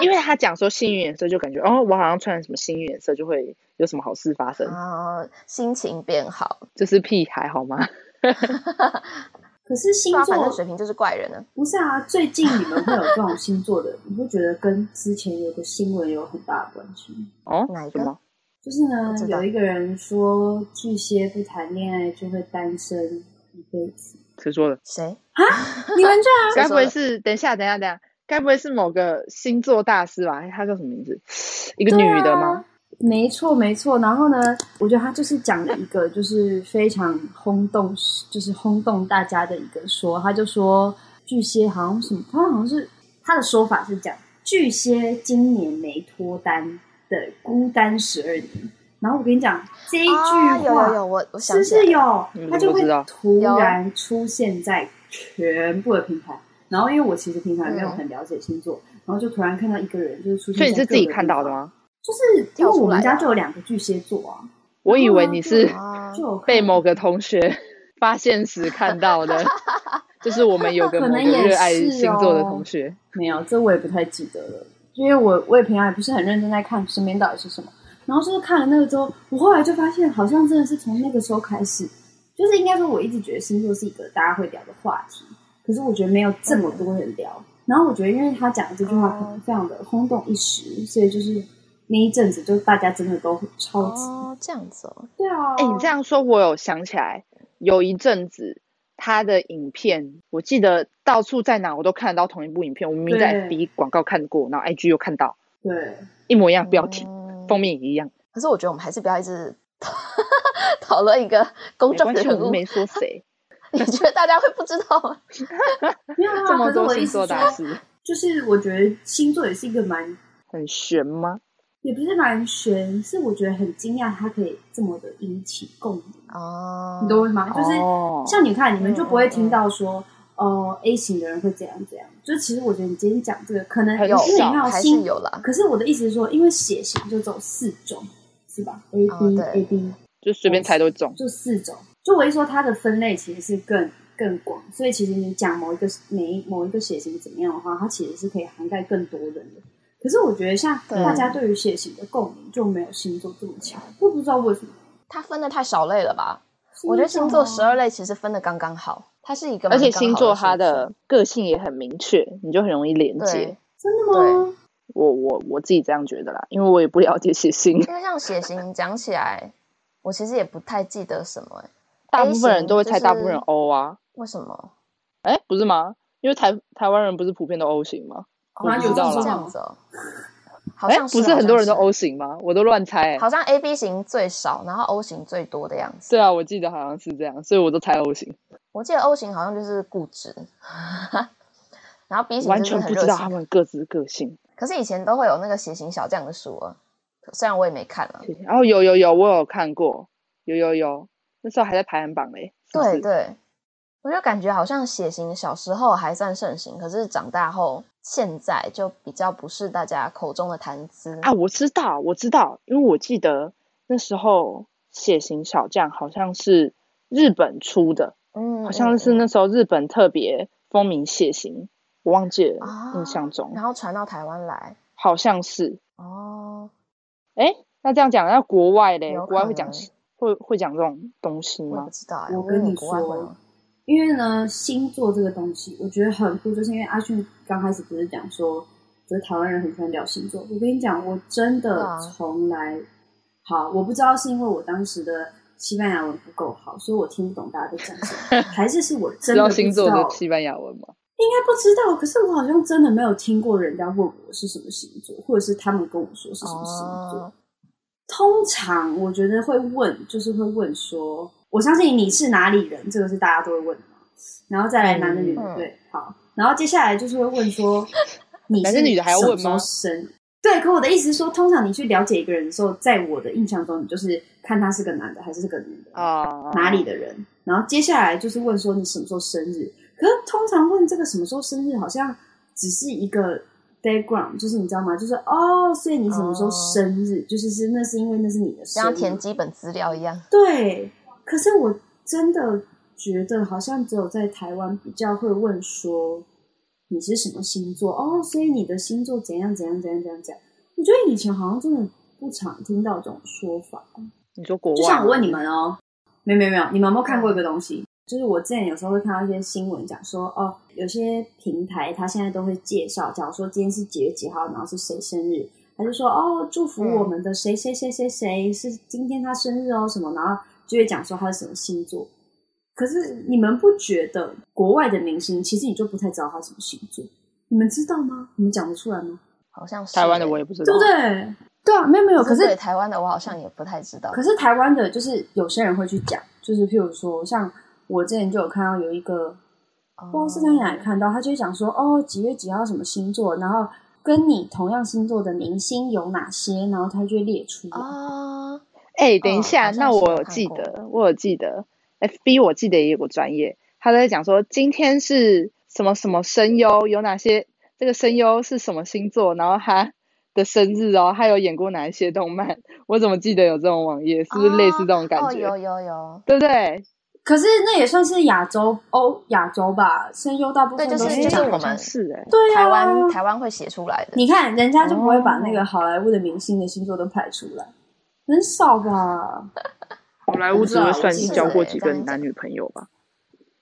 因为他讲说幸运颜色，就感觉哦，我好像穿了什么幸运颜色，就会有什么好事发生，
然后心情变好，
这是屁孩好吗？
可是星
对啊，
座
反正水瓶就是怪人啊。
不是啊，最近你们会有这种星座的，你不觉得跟之前有个新闻有很大的关系吗？
哦
哪一，
什
个
么？
就是呢
我知，道
有一个人说巨蟹不谈恋爱就会单身一辈 子，
谁说的？
谁？
你们这
该不会
谁
是？等一下，等一下，等一下，该不会是某个星座大师吧？他叫什么名字？一个
对
女的吗？
啊？没错，没错。然后呢，我觉得他就是讲了一个就是非常轰动，就是轰动大家的一个说，他就说巨蟹好像什么，他好像是他的说法是讲巨蟹今年没脱单的孤单十二年。然后我跟你讲这一句话，
啊，有有有，我我
是
想
不
起来
是
了
有
嗯？
它就
我
会
知道
突然出现在全部的平台。然后，因为我其实平常也没有很了解星座，然后就突然看到一个人就是出现，
嗯所以你是自己看到的？吗？
就是因
跳
为
出来
我们家
的
就有两个巨蟹座啊，
我以为
哦
你是
啊
就有看
被某个同学发现时看到 的，就是我们有个
可
某
能
个
也
热爱
是
星座的
哦
同学。
没有，这我也不太记得了，因为我我也平常也不是很认真在看身边到底是什么。然后就是看了那个之后，我后来就发现，好像真的是从那个时候开始，就是应该说我一直觉得星座是一个大家会聊的话题，可是我觉得没有这么多人聊。
嗯
然后我觉得，因为他讲的这句话可能非常的轰动一时，所以就是那一阵子，就大家真的都超级、
哦，这样子哦，
对啊。
哎、你这样说，我有想起来，有一阵子他的影片，我记得到处在哪我都看得到同一部影片，我明明在
对
FB 广告看过，然后 IG 又看到
对，啊
一模一样标
哦
题，
嗯
封面也一样。
可是我觉得我们还是不要一直 讨论一个公
没
众
关系，
人
我们
物，
没嗯说谁，
你觉得大家会不知道 吗？
没有啊。
这么
可是
多
我的意
星
思
座
是说，
大师，
就是我觉得星座也是一个蛮，
很玄吗？
也不是蛮悬，是我觉得很惊讶，它可以这么的引起共鸣。啊
哦，
你懂我意思吗？就是
哦
像你看，你们就
嗯
不会听到说，哦、a 型的人会怎样怎样。就其实我觉得你今天讲这个，可能
很
因为你
少
看哦
还是
星
有啦。
可是我的意思是说，因为血型就只有四种，是吧？A
哦
B、
对
A B
就随便猜都中。
就四种。就我一说它的分类其实是更更广，所以其实你讲某一个每一某一个血型怎么样的话，它其实是可以涵盖更多人的。可是我觉得像
对
大家对于血型的共鸣就没有星座这么强，我不知道为什么。
它分的太少类了吧？我觉得星座十二类其实分的刚刚好，它是一个蛮
而且
刚好
星座它
的
的个性也很明确，你就很容易连
数字
接
对。，
真的吗？
我我我自己这样觉得啦，因为我也不了解 血型，
因为像血型讲起来，我其实也不太记得什么、欸。
大部分人都会猜大部分
就
人
是
O 啊，
为什么？
哎、不是吗？因为台台湾人不是普遍都 O 型吗？我
哪
不
有
知
哦
道
是这
啦。
样子哦，好
哎、
像啊
不是很多人都
好像
O 型吗？我都乱猜、
是
哎
好像 A B 型最少，然后 O 型最多的样子。
对啊，我记得好像是这样，所以我都猜 O 型，
我记得 O 型好像就是固执，然后 B 型
完
就是
全
很
不
热
知道他
情。
们各自个性。
可是以前都会有那个血型小将的书啊，虽然我也没看啊了。
然后哦有有有，我有看过，有有有，那时候还在排行榜嘞。是不
对
是
对，我就感觉好像血型小时候还算盛行，可是长大后现在就比较不是大家口中的谈资
啊，我知道，我知道，因为我记得那时候血型小将好像是日本出的，
嗯，
好像是
嗯
那时候日本特别风靡血型，我忘记了，
啊
印象中
嗯然后传到台湾来。
好像是。
哦，
哎，那这样讲，那国外嘞，
有
国外
可
会讲
能
会会讲这种东西
我也
吗
不？知道哎、
我
不
跟
知道
你
国外会
说
吗
因为呢，星座这个东西，我觉得很酷，就是因为阿迅刚开始不是讲说，就是台湾人很喜欢聊星座。我跟你讲，我真
对
的
啊
从来、好，我不知道是因为我当时的西班牙文不够好，所以我听不懂大家在讲什 么，还是是我真
知
的
道
不知
星座
道
的西班牙文吗？
应该不知道，可是我好像真的没有听过人家问我是什么星座，或者是他们跟我说是什么星座。
哦
通常我觉得会问，就是会问说，我相信你是哪里人，这个是大家都会问的嘛。然后再来男的女的，
嗯
对，好。然后接下来就是会问说，你
男的女的还要问吗
什么时候生？对，可我的意思是说，通常你去了解一个人的时候，在我的印象中，你就是看他是个男的还是个女的，
啊，
哪里的人。然后接下来就是问说你什么时候生日，可是通常问这个什么时候生日，好像只是一个 background，就是你知道吗？就是哦，所以你什么时候生日，就是是那是因为那是你的生
像填
日，
基本资料一样。
对。可是我真的觉得好像只有在台湾比较会问说你是什么星座哦，所以你的星座怎样怎样怎样怎样怎样。我觉得以前好像真的不常听到这种说法。
你说国外？
就像我问你，们哦，没有没有没有，你们有没有看过一个东西？就是我之前有时候会看到一些新闻讲说，哦，有些平台它现在都会介绍，假如说今天是几月几号，然后是谁生日，他就说哦，祝福我们的谁谁谁谁谁是今天他生日哦什么，然后就会讲说他是什么星座。可是你们不觉得国外的明星其实你就不太知道他什么星座，你们知道吗？你们讲得出来吗？
好像是
台湾的
欸
我也不知
对
道
不，对？对啊，没有没有，可是
对台湾的我好像也不太知道。
可是台湾的，就是有些人会去讲，就是譬如说，像我之前就有看到有一个，
哦
不知道是在哪里看到，他就会讲说，哦，几月几号什么星座，然后跟你同样星座的明星有哪些，然后他就会列出来。
啊，
哎、等一
嗯
下，
好像
那
是
我
有
有
看
记
过
得，我有记得，FB 我记得也有个专业，他在讲说今天是什么什么声优，有哪些这个声优是什么星座，然后他的生日哦，他有演过哪一些动漫，我怎么记得有这种网页，是不是类似这种感
哦，
觉？
有有有，
对不对？
可是那也算是亚洲欧亚洲吧，声优大部分
对
都
就是
这
就是
样
好
我
像
们
是哎、
对啊，
台湾哦台湾会写出来的。
你看人家就不会把那个好莱坞的明星的星座都排出来，很少吧？
好莱
我
坞
知
只
道
会
我
算
记得
交过
欸
几
这
个
样讲
男女朋友吧。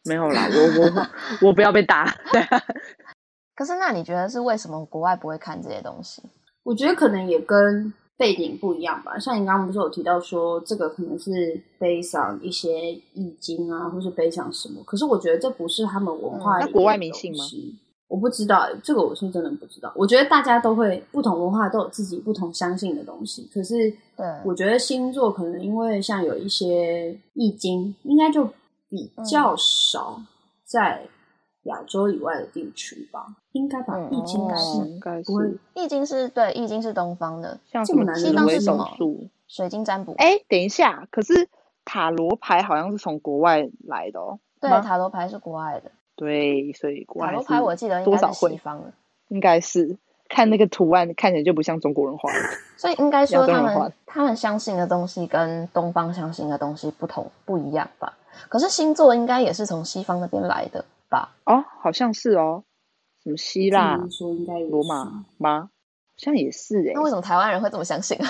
没有啦，我我我不要被打。啊
可是那你觉得是为什么国外不会看这些东西？
我觉得可能也跟背景不一样吧。像你刚刚不是有提到说，这个可能是悲伤一些易经啊，或是悲伤什么。可是我觉得这不是他们文化里面
嗯那
的东西、
国外迷信吗
我不知道，这个我是真的不知道。我觉得大家都会不同文化都有自己不同相信的东西，可是
对
我觉得星座可能因为像有一些易经，应该就比
嗯
较少在亚洲以外的地区吧，应该吧？
嗯
易经应该
哦
是
应该
不会
是
易经是对，易经是东方的
像
这
什
么
么
难
紫
的
微
东西
斗
吗
数。
水晶占卜。
哎，等一下，可是塔罗牌好像是从国外来的哦。
对，
吗
塔罗牌是国外的，
对，所以国外
塔罗
还是
牌我记得应
多
该
少
是
会
西方的，
应该是看那个图案，看起来就不像中国人画的。
所以应该
亚
说
洲
他
人画
们
的
他们相信的东西跟东方相信的东西不同不一样吧？可是星座应该也是从西方那边来的吧？
哦，好像是哦，什么希腊
这么、说应该也
罗
是
马吗？好像也是
嗯
哎、
那为什么台湾人会这么相信？啊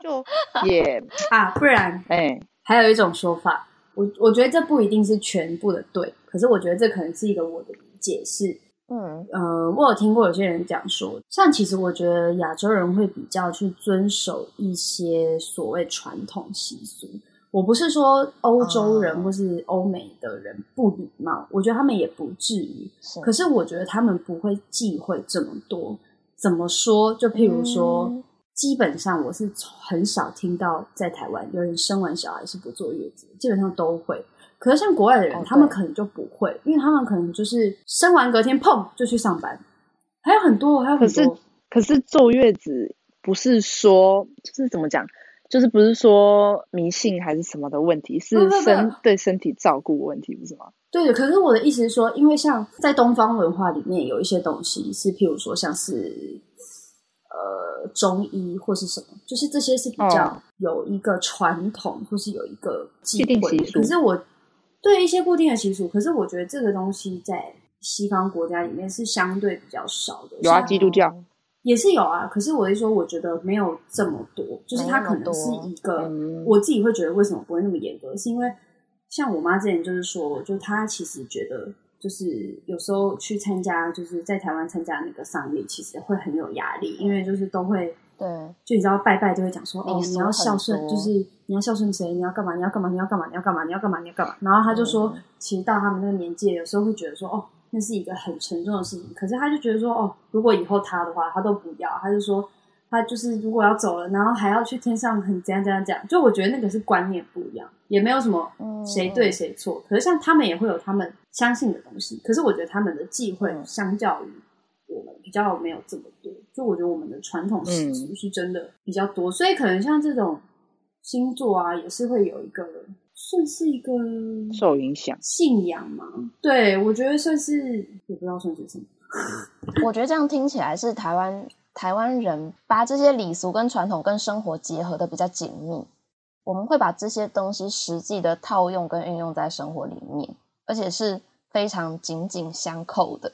就也
啊，不然
哎、
还有一种说法，我我觉得这不一定是全部的对，可是我觉得这可能是一个我的理解是，
嗯，
呃，我有听过有些人讲说，像其实我觉得亚洲人会比较去遵守一些所谓传统习俗。我不是说欧洲人
哦
或是欧美的人不礼貌，我觉得他们也不至于，
嗯是。
可是我觉得他们不会忌讳这么多。怎么说？就譬如说，
嗯
基本上我是从很少听到在台湾有人生完小孩是不坐月子，基本上都会。可是像国外的人，
哦
他们
对
可能就不会，因为他们可能就是生完隔天砰就去上班。还有很多，还有很
可是
多，
可是坐月子不是说就是怎么讲，就是不是说迷信还是什么的问题，是
不不不
身对身体照顾的问题，不是吗？
对的。可是我的意思是说，因为像在东方文化里面有一些东西是，譬如说像是呃中医或是什么，就是这些是比较
哦
有一个传统或是有一个忌
既定
讳的。
习俗
可是我对一些固定的习俗，可是我觉得这个东西在西方国家里面是相对比较少的。
有啊，
像
基督
哦
教，
也是有啊，可是我是说，我觉得没有这么多，就是它可能是一个
嗯，
我自己会觉得为什么不会那么严格，是因为像我妈之前就是说，就她其实觉得就是有时候去参加，就是在台湾参加那个丧礼，其实会很有压力，因为就是都会
对，
就你知道拜拜都会讲说哦
礼，俗
你要孝顺
很，多
就是你要孝顺谁，你要干嘛，你要干嘛，你要干嘛，你要干嘛，你要干嘛，你要干嘛。然后他
嗯
就说，其实到他们那个年纪，有时候会觉得说哦，那是一个很沉重的事情。可是他就觉得说哦，如果以后他的话，他都不要，他就说他就是如果要走了，然后还要去天上很怎样怎样怎样。就我觉得那个是观念不一样，也没有什么
嗯
谁对谁错。可是像他们也会有他们相信的东西，可是我觉得他们的忌讳
嗯
相较于我们比较没有这么多。就我觉得我们的传统
嗯
习俗是真的比较多，所以可能像这种星座啊，也是会有一个算是一个
受影响。
信仰嘛。对，我觉得算是也不知道算是什么。
我觉得这样听起来是台湾台湾人把这些礼俗跟传统跟生活结合的比较紧密，我们会把这些东西实际的套用跟运用在生活里面，而且是非常紧紧相扣的，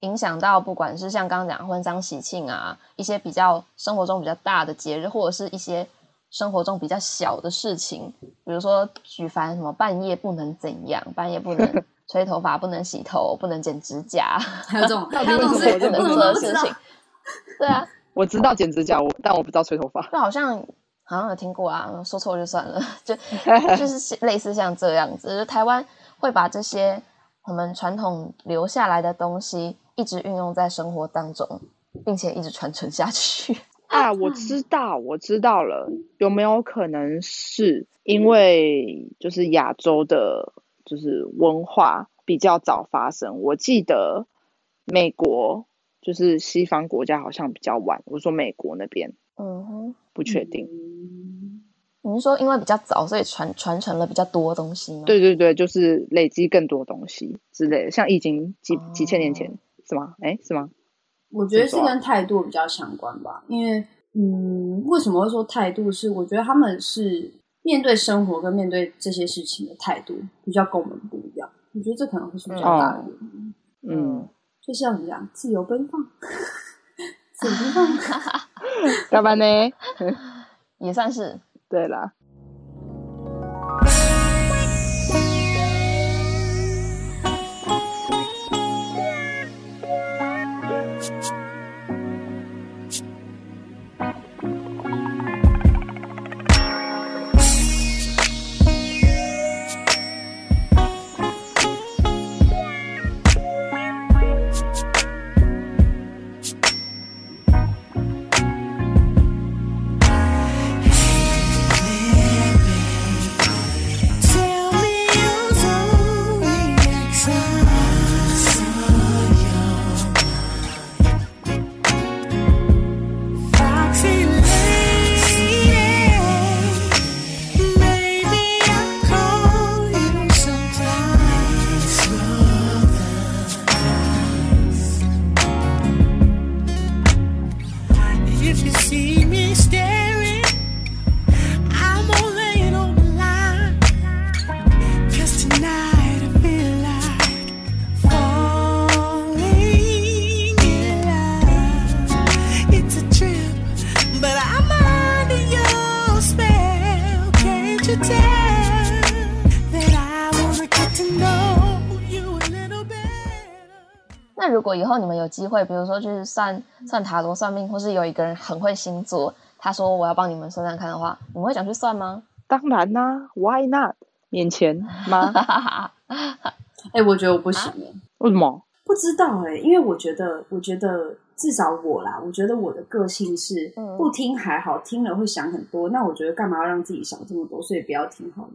影响到不管是像刚刚讲婚丧喜庆啊，一些比较生活中比较大的节日，或者是一些生活中比较小的事情，比如说举凡什么半夜不能怎样，半夜不能吹头发，不能洗头，不能剪指甲。
还有这 种，还有这
底
种
是什
事，我怎
么这种事
么都不知道。
对啊，
我知道剪指甲，我但我不知道吹头发。
就好像好像有听过啊，说错就算了， 就就是像类似像这样子，就台湾会把这些我们传统留下来的东西一直运用在生活当中，并且一直传承下去。
啊，我知道，我知道了。有没有可能是因为就是亚洲的，就是文化比较早发生？我记得美国就是西方国家好像比较晚。我说美国那边
嗯哼，
不确定。嗯
你是说因为比较早，所以传传承了比较多东西吗？
对对对，就是累积更多东西之类的，像易经几几千年前、是吗？哎，是吗？
我觉得是跟态度比较相关吧，因为嗯，为什么会说态度是？我觉得他们是面对生活跟面对这些事情的态度比较跟我们不一样，我觉得这可能会是比较大的原因，
嗯，
就是要怎么讲，自由奔放，自由奔放。
要不然呢？
也算是
对啦，
Thank
那如果以后你们有机会，比如说去算
嗯
算塔罗、算命，或是有一个人很会星座，他说我要帮你们算算看的话，你们会想去算吗？
当然啦、w h y not？免钱吗？
哎、我觉得我不行耶、
为什么？
不知道哎、因为我觉得，我觉得至少我啦，我觉得我的个性是、
嗯
不听还好，听了会想很多。那我觉得干嘛要让自己想这么多？所以不要听好了。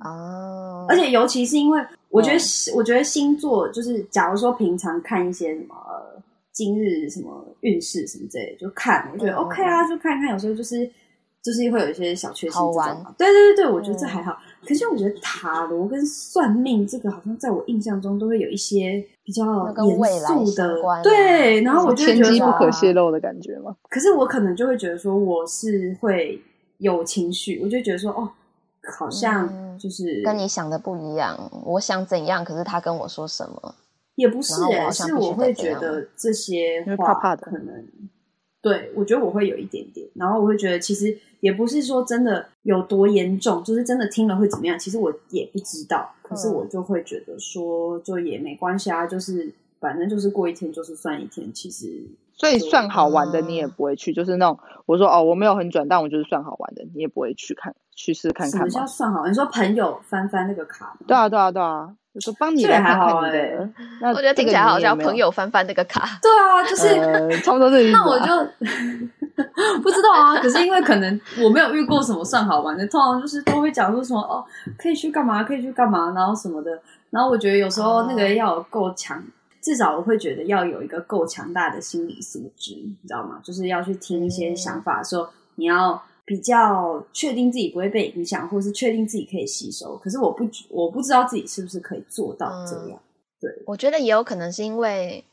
啊，
哦
而且尤其是因为我觉得，
嗯
我觉得星座就是，假如说平常看一些什么呃今日什么运势什么之类的，就看，我觉得
嗯
OK 啊，就看看。有时候就是就是会有一些小确幸这
好
种
玩
嘛。对对对对，我觉得这
嗯
还好。可是我觉得塔罗跟算命这个，好像在我印象中都会有一些比较
要跟未
严
来
肃
相
的
关啊，
对。然后我就会
天
觉得
机
说
不可
啊
泄露的感觉吗？
可是我可能就会觉得说我是会有情绪，我就觉得说哦，好像
嗯
就是、
跟你想的不一样，我想怎样，可是他跟我说什么？
也不是
然后我
欸
好像
是
必须
我会
得这
觉
样
得这些
因为
话
怕怕的
可能对我觉得我会有一点点，然后我会觉得其实也不是说真的有多严重，就是真的听了会怎么样，其实我也不知道，可是
嗯
我就会觉得说就也没关系啊，就是反正就是过一天就是算一天，其实
所以
就
算好玩的
嗯
你也不会去，就是那种我说哦我没有很准，但我就是算好玩的，你也不会去看去试看
什
看
么叫
吗？
算好？你说朋友翻翻那个卡吗？
对啊对啊对啊，就说帮你
这个
来
还
看
好
看你
欸
的。那
我觉得
这
听
个
起来
你
好
也
像
没有
朋友翻翻那个卡，
对啊， 就是。
呃，差不多这个意思
那我啊
吧
就 不知道啊，可是因为可能我没有遇过什么算好玩的，通常就是都会讲说什么哦，可以去干嘛，可以去干嘛，然后什么的。然后我觉得有时候那个要有够强，至少我会觉得要有一个够强大的心理素质，你知道吗？就是要去听一些想法的时候，你要比较确定自己不会被影响，或是确定自己可以吸收。可是我不觉，我不知道自己是不是可以做到这样。
我觉得也有可能是因为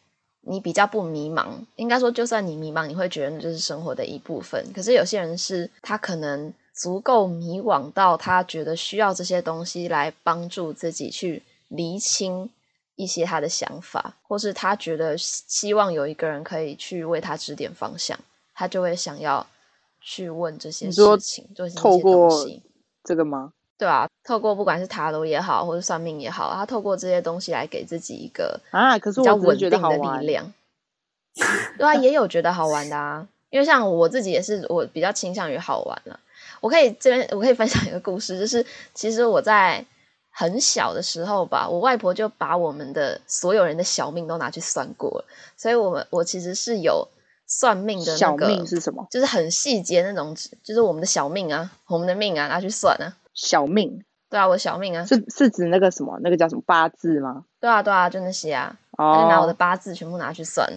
你比较不迷茫，应该说，就算你迷茫，你会觉得那就是生活的一部分。可是有些人是他可能足够迷惘到他觉得需要这些东西来帮助自己去厘清一些他的想法，或是他觉得希希望有一个人可以去为他指点方向，他就会想要去问这些
你说
事情，就是那
透
些东
过
西。
这个吗？
对啊，透过不管是塔罗也好，或者算命也好，他透过这些东西来给自己一个
啊可是
比较
我只是
稳
觉得
定
好
的
玩
力 量。对啊，也有觉得好玩的啊，因为像我自己也是，我比较倾向于好玩了、我可以这边我可以分享一个故事，就是其实我在很小的时候吧，我外婆就把我们的所有人的小命都拿去算过了，所以我们我其实是有算命的那
小
个，
命是什么？
就是很细节那种，就是我们的小命啊，我们的命啊拿去算啊。
小命
对啊，我小命啊，
是是指那个什么？那个叫什么八字吗？
对啊，对啊，就那些啊，他就拿我的
哦，
八字全部拿去算，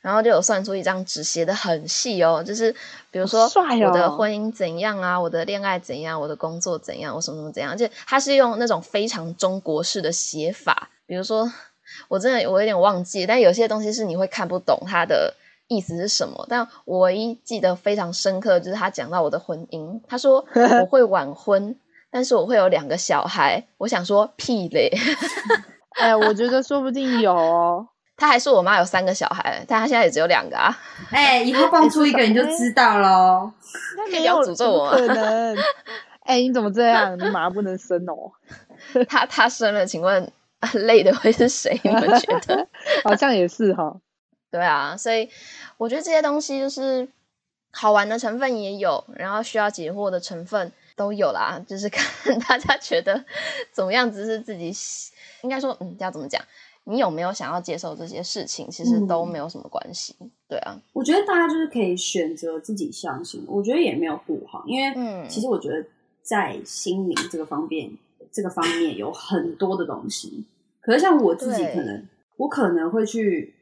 然后就有算出一张纸，写的很细哦，就是比如
好
说
帅
我的
哦
婚姻怎样啊，我的恋爱怎样，我的工作怎样，我什么什么怎样，而且他是用那种非常中国式的写法，比如说我真的我有点忘记，但有些东西是你会看不懂它的意思是什么。但我唯一记得非常深刻，就是他讲到我的婚姻，他说我会晚婚， 但是我会有两个小孩，我想说屁嘞。
哎，我觉得说不定有 哦。
他还说我妈有三个小孩，但她现在也只有两个啊。
哎、以后蹦出一个你就知道喽。
可以不要诅咒我
怎么
吗？
可能。 哎，你怎么这样？你马上不能生哦，
她她生了，请问啊累的会是谁？你们觉得？
好像也是哈。
对啊，所以我觉得这些东西就是好玩的成分也有，然后需要解惑的成分都有啦，就是看 大家觉得怎么样子是自己喜应该说，嗯，要怎么讲？你有没有想要接受这些事情，其实都
嗯
没有什么关系。对啊，
我觉得大家就是可以选择自己相信，我觉得也没有不好，因为
嗯
其实我觉得在心灵这个方面，这个方面有很多的东西。可是像我自己，
对
可能我可能会去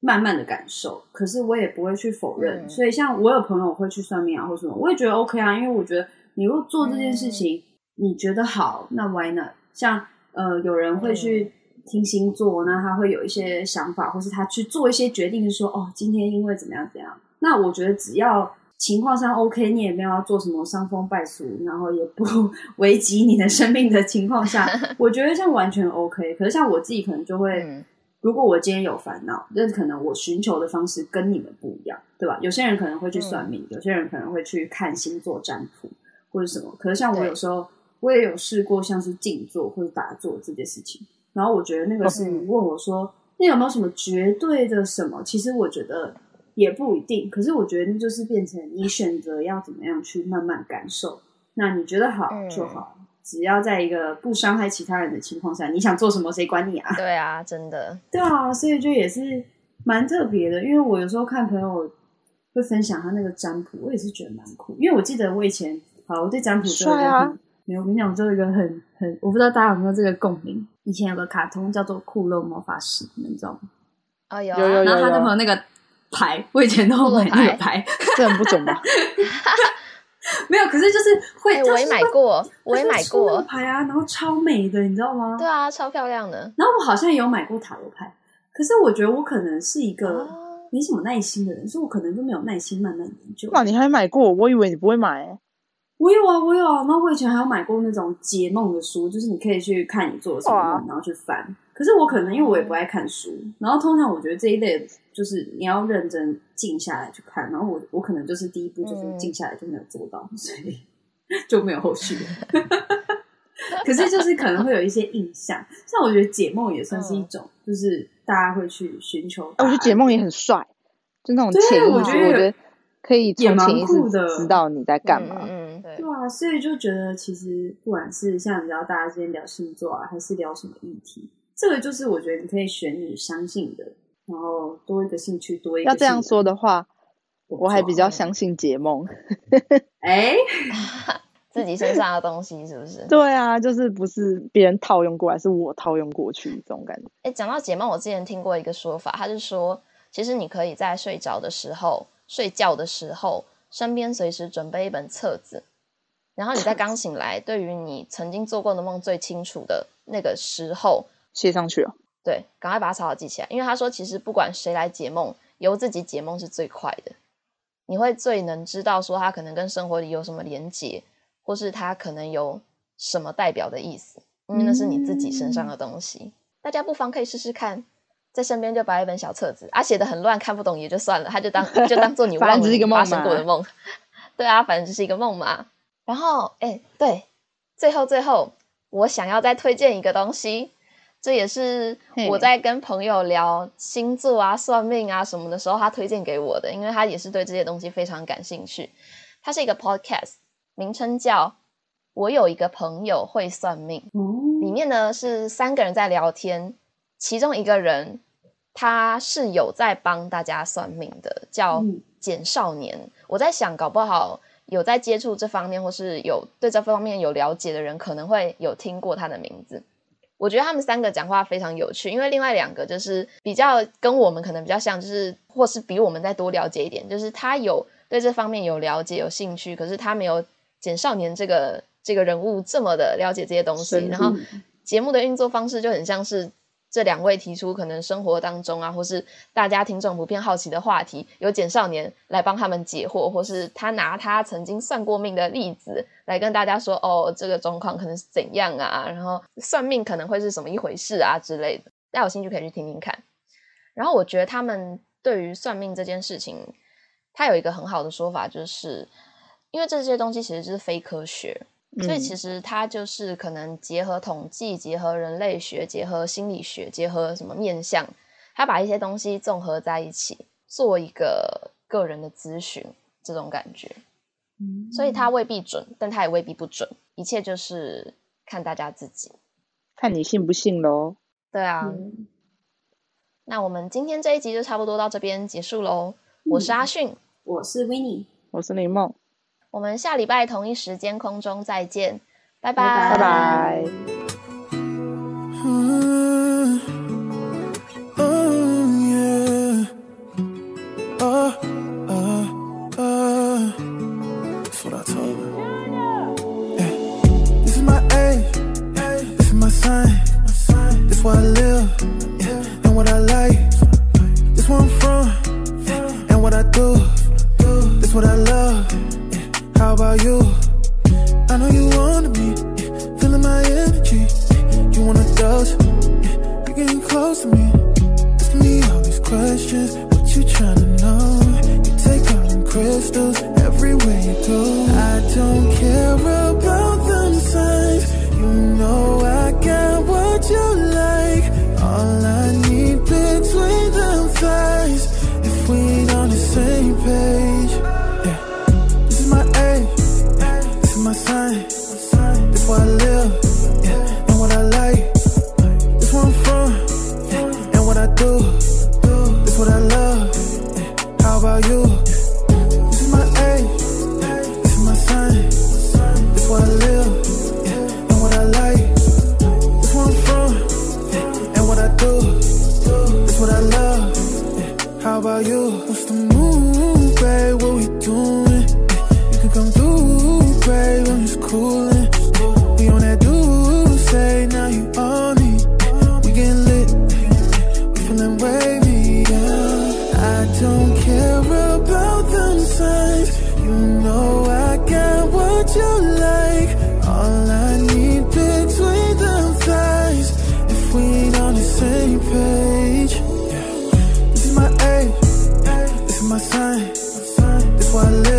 慢慢的感受，可是我也不会去否认。
嗯
所以像我有朋友会去算命啊，或什么，我也觉得 OK 啊，因为我觉得你如果做这
嗯
件事情，你觉得好，那 why not？像呃，有人会去听星座，那他会有一些想法，或是他去做一些决定，说哦，今天因为怎么样怎样。那我觉得只要情况上 OK，你也没有要做什么伤风败俗，然后也不 危及你的生命的情况下，我觉得这样完全 OK。可是像我自己可能就会，
嗯
如果我今天有烦恼，那可能我寻求的方式跟你们不一样，对吧？有些人可能会去
嗯
算命，有些人可能会去看星座占卜或者什么。可是像我
对
有时候，我也有试过像是静坐或者打坐这件事情，然后我觉得那个是
嗯
你问我说，那有没有什么绝对的什么？其实我觉得也不一定。可是我觉得那就是变成你选择要怎么样去慢慢感受。那你觉得好
嗯
就好，只要在一个不伤害其他人的情况下，你想做什么谁管你啊？
对啊，真 的，
对啊，所以就也是蛮特别的。因为我有时候看朋友会分享他那个占卜，我也是觉得蛮酷。因为我记得我以前，好，我对占卜只有一
帅
个
啊
很，没有，我跟你讲，我就有一个很很，我不知道大家有没有这个共鸣。以前有个卡通叫做《库洛魔法师》，你们知道吗？
哦有
有有
啊，
然后他都有那个牌，我以前都买那个牌，
这很不准吧？
没有，可是就是会，
哎我也买过，我也买
它就是会出那个
过，
牌啊，然后超美的，你知道吗？
对啊，超漂亮的。
然后我好像也有买过塔罗牌，可是我觉得我可能是一个
哦
没什么耐心的人，所以我可能就没有耐心慢慢研究。
哇，你还买过？我以为你不会买、欸。
我有啊，我有啊。然后我以前还有买过那种解梦的书，就是你可以去看你做了什么
哇哦
梦，然后去翻。可是我可能因为我也不爱看书，然后通常我觉得这一类的就是你要认真静下来去看，然后我我可能就是第一步就是
嗯
静下来就没有做到，所以 就没有后续。 可是就是可能会有一些印象，像我觉得解梦也算是一种，就是大家会去寻求答案。
哎、我觉得解梦也很帅，就那种
对
潜意识，
我
我
觉得
觉得可以
也
从
蛮
潜意识
酷的
知道你在干嘛。
嗯，嗯嗯对
对啊，所以就觉得其实不管是像你知道大家今天聊星座啊，还是聊什么议题，这个就是我觉得你可以选你相信的，然后多一个兴趣，多一个
要这样
兴趣
说的话，
嗯我
我还
错
比较相信解梦。
哎，
自己身上的东西是不是？
对啊，就是不是别人套用过来，是我套用过去这种感觉。
哎，讲到解梦，我之前听过一个说法，他是说，其实你可以在睡着的时候、睡觉的时候，身边随时准备一本册子，然后你在刚醒来，对于你曾经做过的梦最清楚的那个时候，
写上去哦，
对，赶快把它草草记起来，因为他说，其实不管谁来解梦，由自己解梦是最快的，你会最能知道说他可能跟生活里有什么连结，或是他可能有什么代表的意思，因为那是你自己身上的东西。
嗯
大家不妨可以试试看，在身边就摆一本小册子，啊，写的很乱，看不懂也就算了，他就当就当做你
反正
忘了
只是一个
你
梦
发生过
嘛
的梦， 对啊，反正就是一个梦嘛。然后，哎，对，最后最后，我想要再推荐一个东西，这也是
嘿
我在跟朋友聊星座啊、算命啊什么的时候，他推荐给我的，因为他也是对这些东西非常感兴趣。它是一个 podcast，名称叫《我有一个朋友会算命》。里
哦，
面呢是三个人在聊天，其中一个人他是有在帮大家算命的，叫
嗯
简少年。我在想，搞不好有在接触这方面或是有对这方面有了解的人，可能会有听过他的名字。我觉得他们三个讲话非常有趣，因为另外两个就是比较跟我们可能比较像，就是或是比我们再多了解一点，就是他有对这方面有了解、有兴趣，可是他没有简少年这个这个人物这么的了解这些东西
深，
然后
入
节目的运作方式就很像是这两位提出可能生活当中啊，或是大家听众普遍好奇的话题，由简少年来帮他们解惑，或是他拿他曾经算过命的例子来跟大家说，哦，这个状况可能是怎样啊，然后算命可能会是什么一回事啊之类的。大家有兴趣可以去听听看。然后我觉得他们对于算命这件事情，他有一个很好的说法，就是因为这些东西其实就是非科学，所以其实它就是可能结合统计、结合人类学、结合心理学、结合什么面向，它把一些东西综合在一起，做一个个人的咨询这种感觉。所以它未必准，但它也未必不准，一切就是看大家自己。
看你信不信喽。
对啊，
嗯
那我们今天这一集就差不多到这边结束喽。我
嗯
是阿迅，
我是 w i n n i e
我是林梦，
我们下礼拜同一时间空中再见，拜拜，
拜拜。
Mm, mm, yeah. Uh, uh, uh. That's what I told her. Yeah. This is my age. This is my sign. This where I live. Yeah. And what I like. This where I'm from. And what I do. This what I love. Yeah. How about you? I know you wanted me, feeling my energy. fine, fine. That's why I live.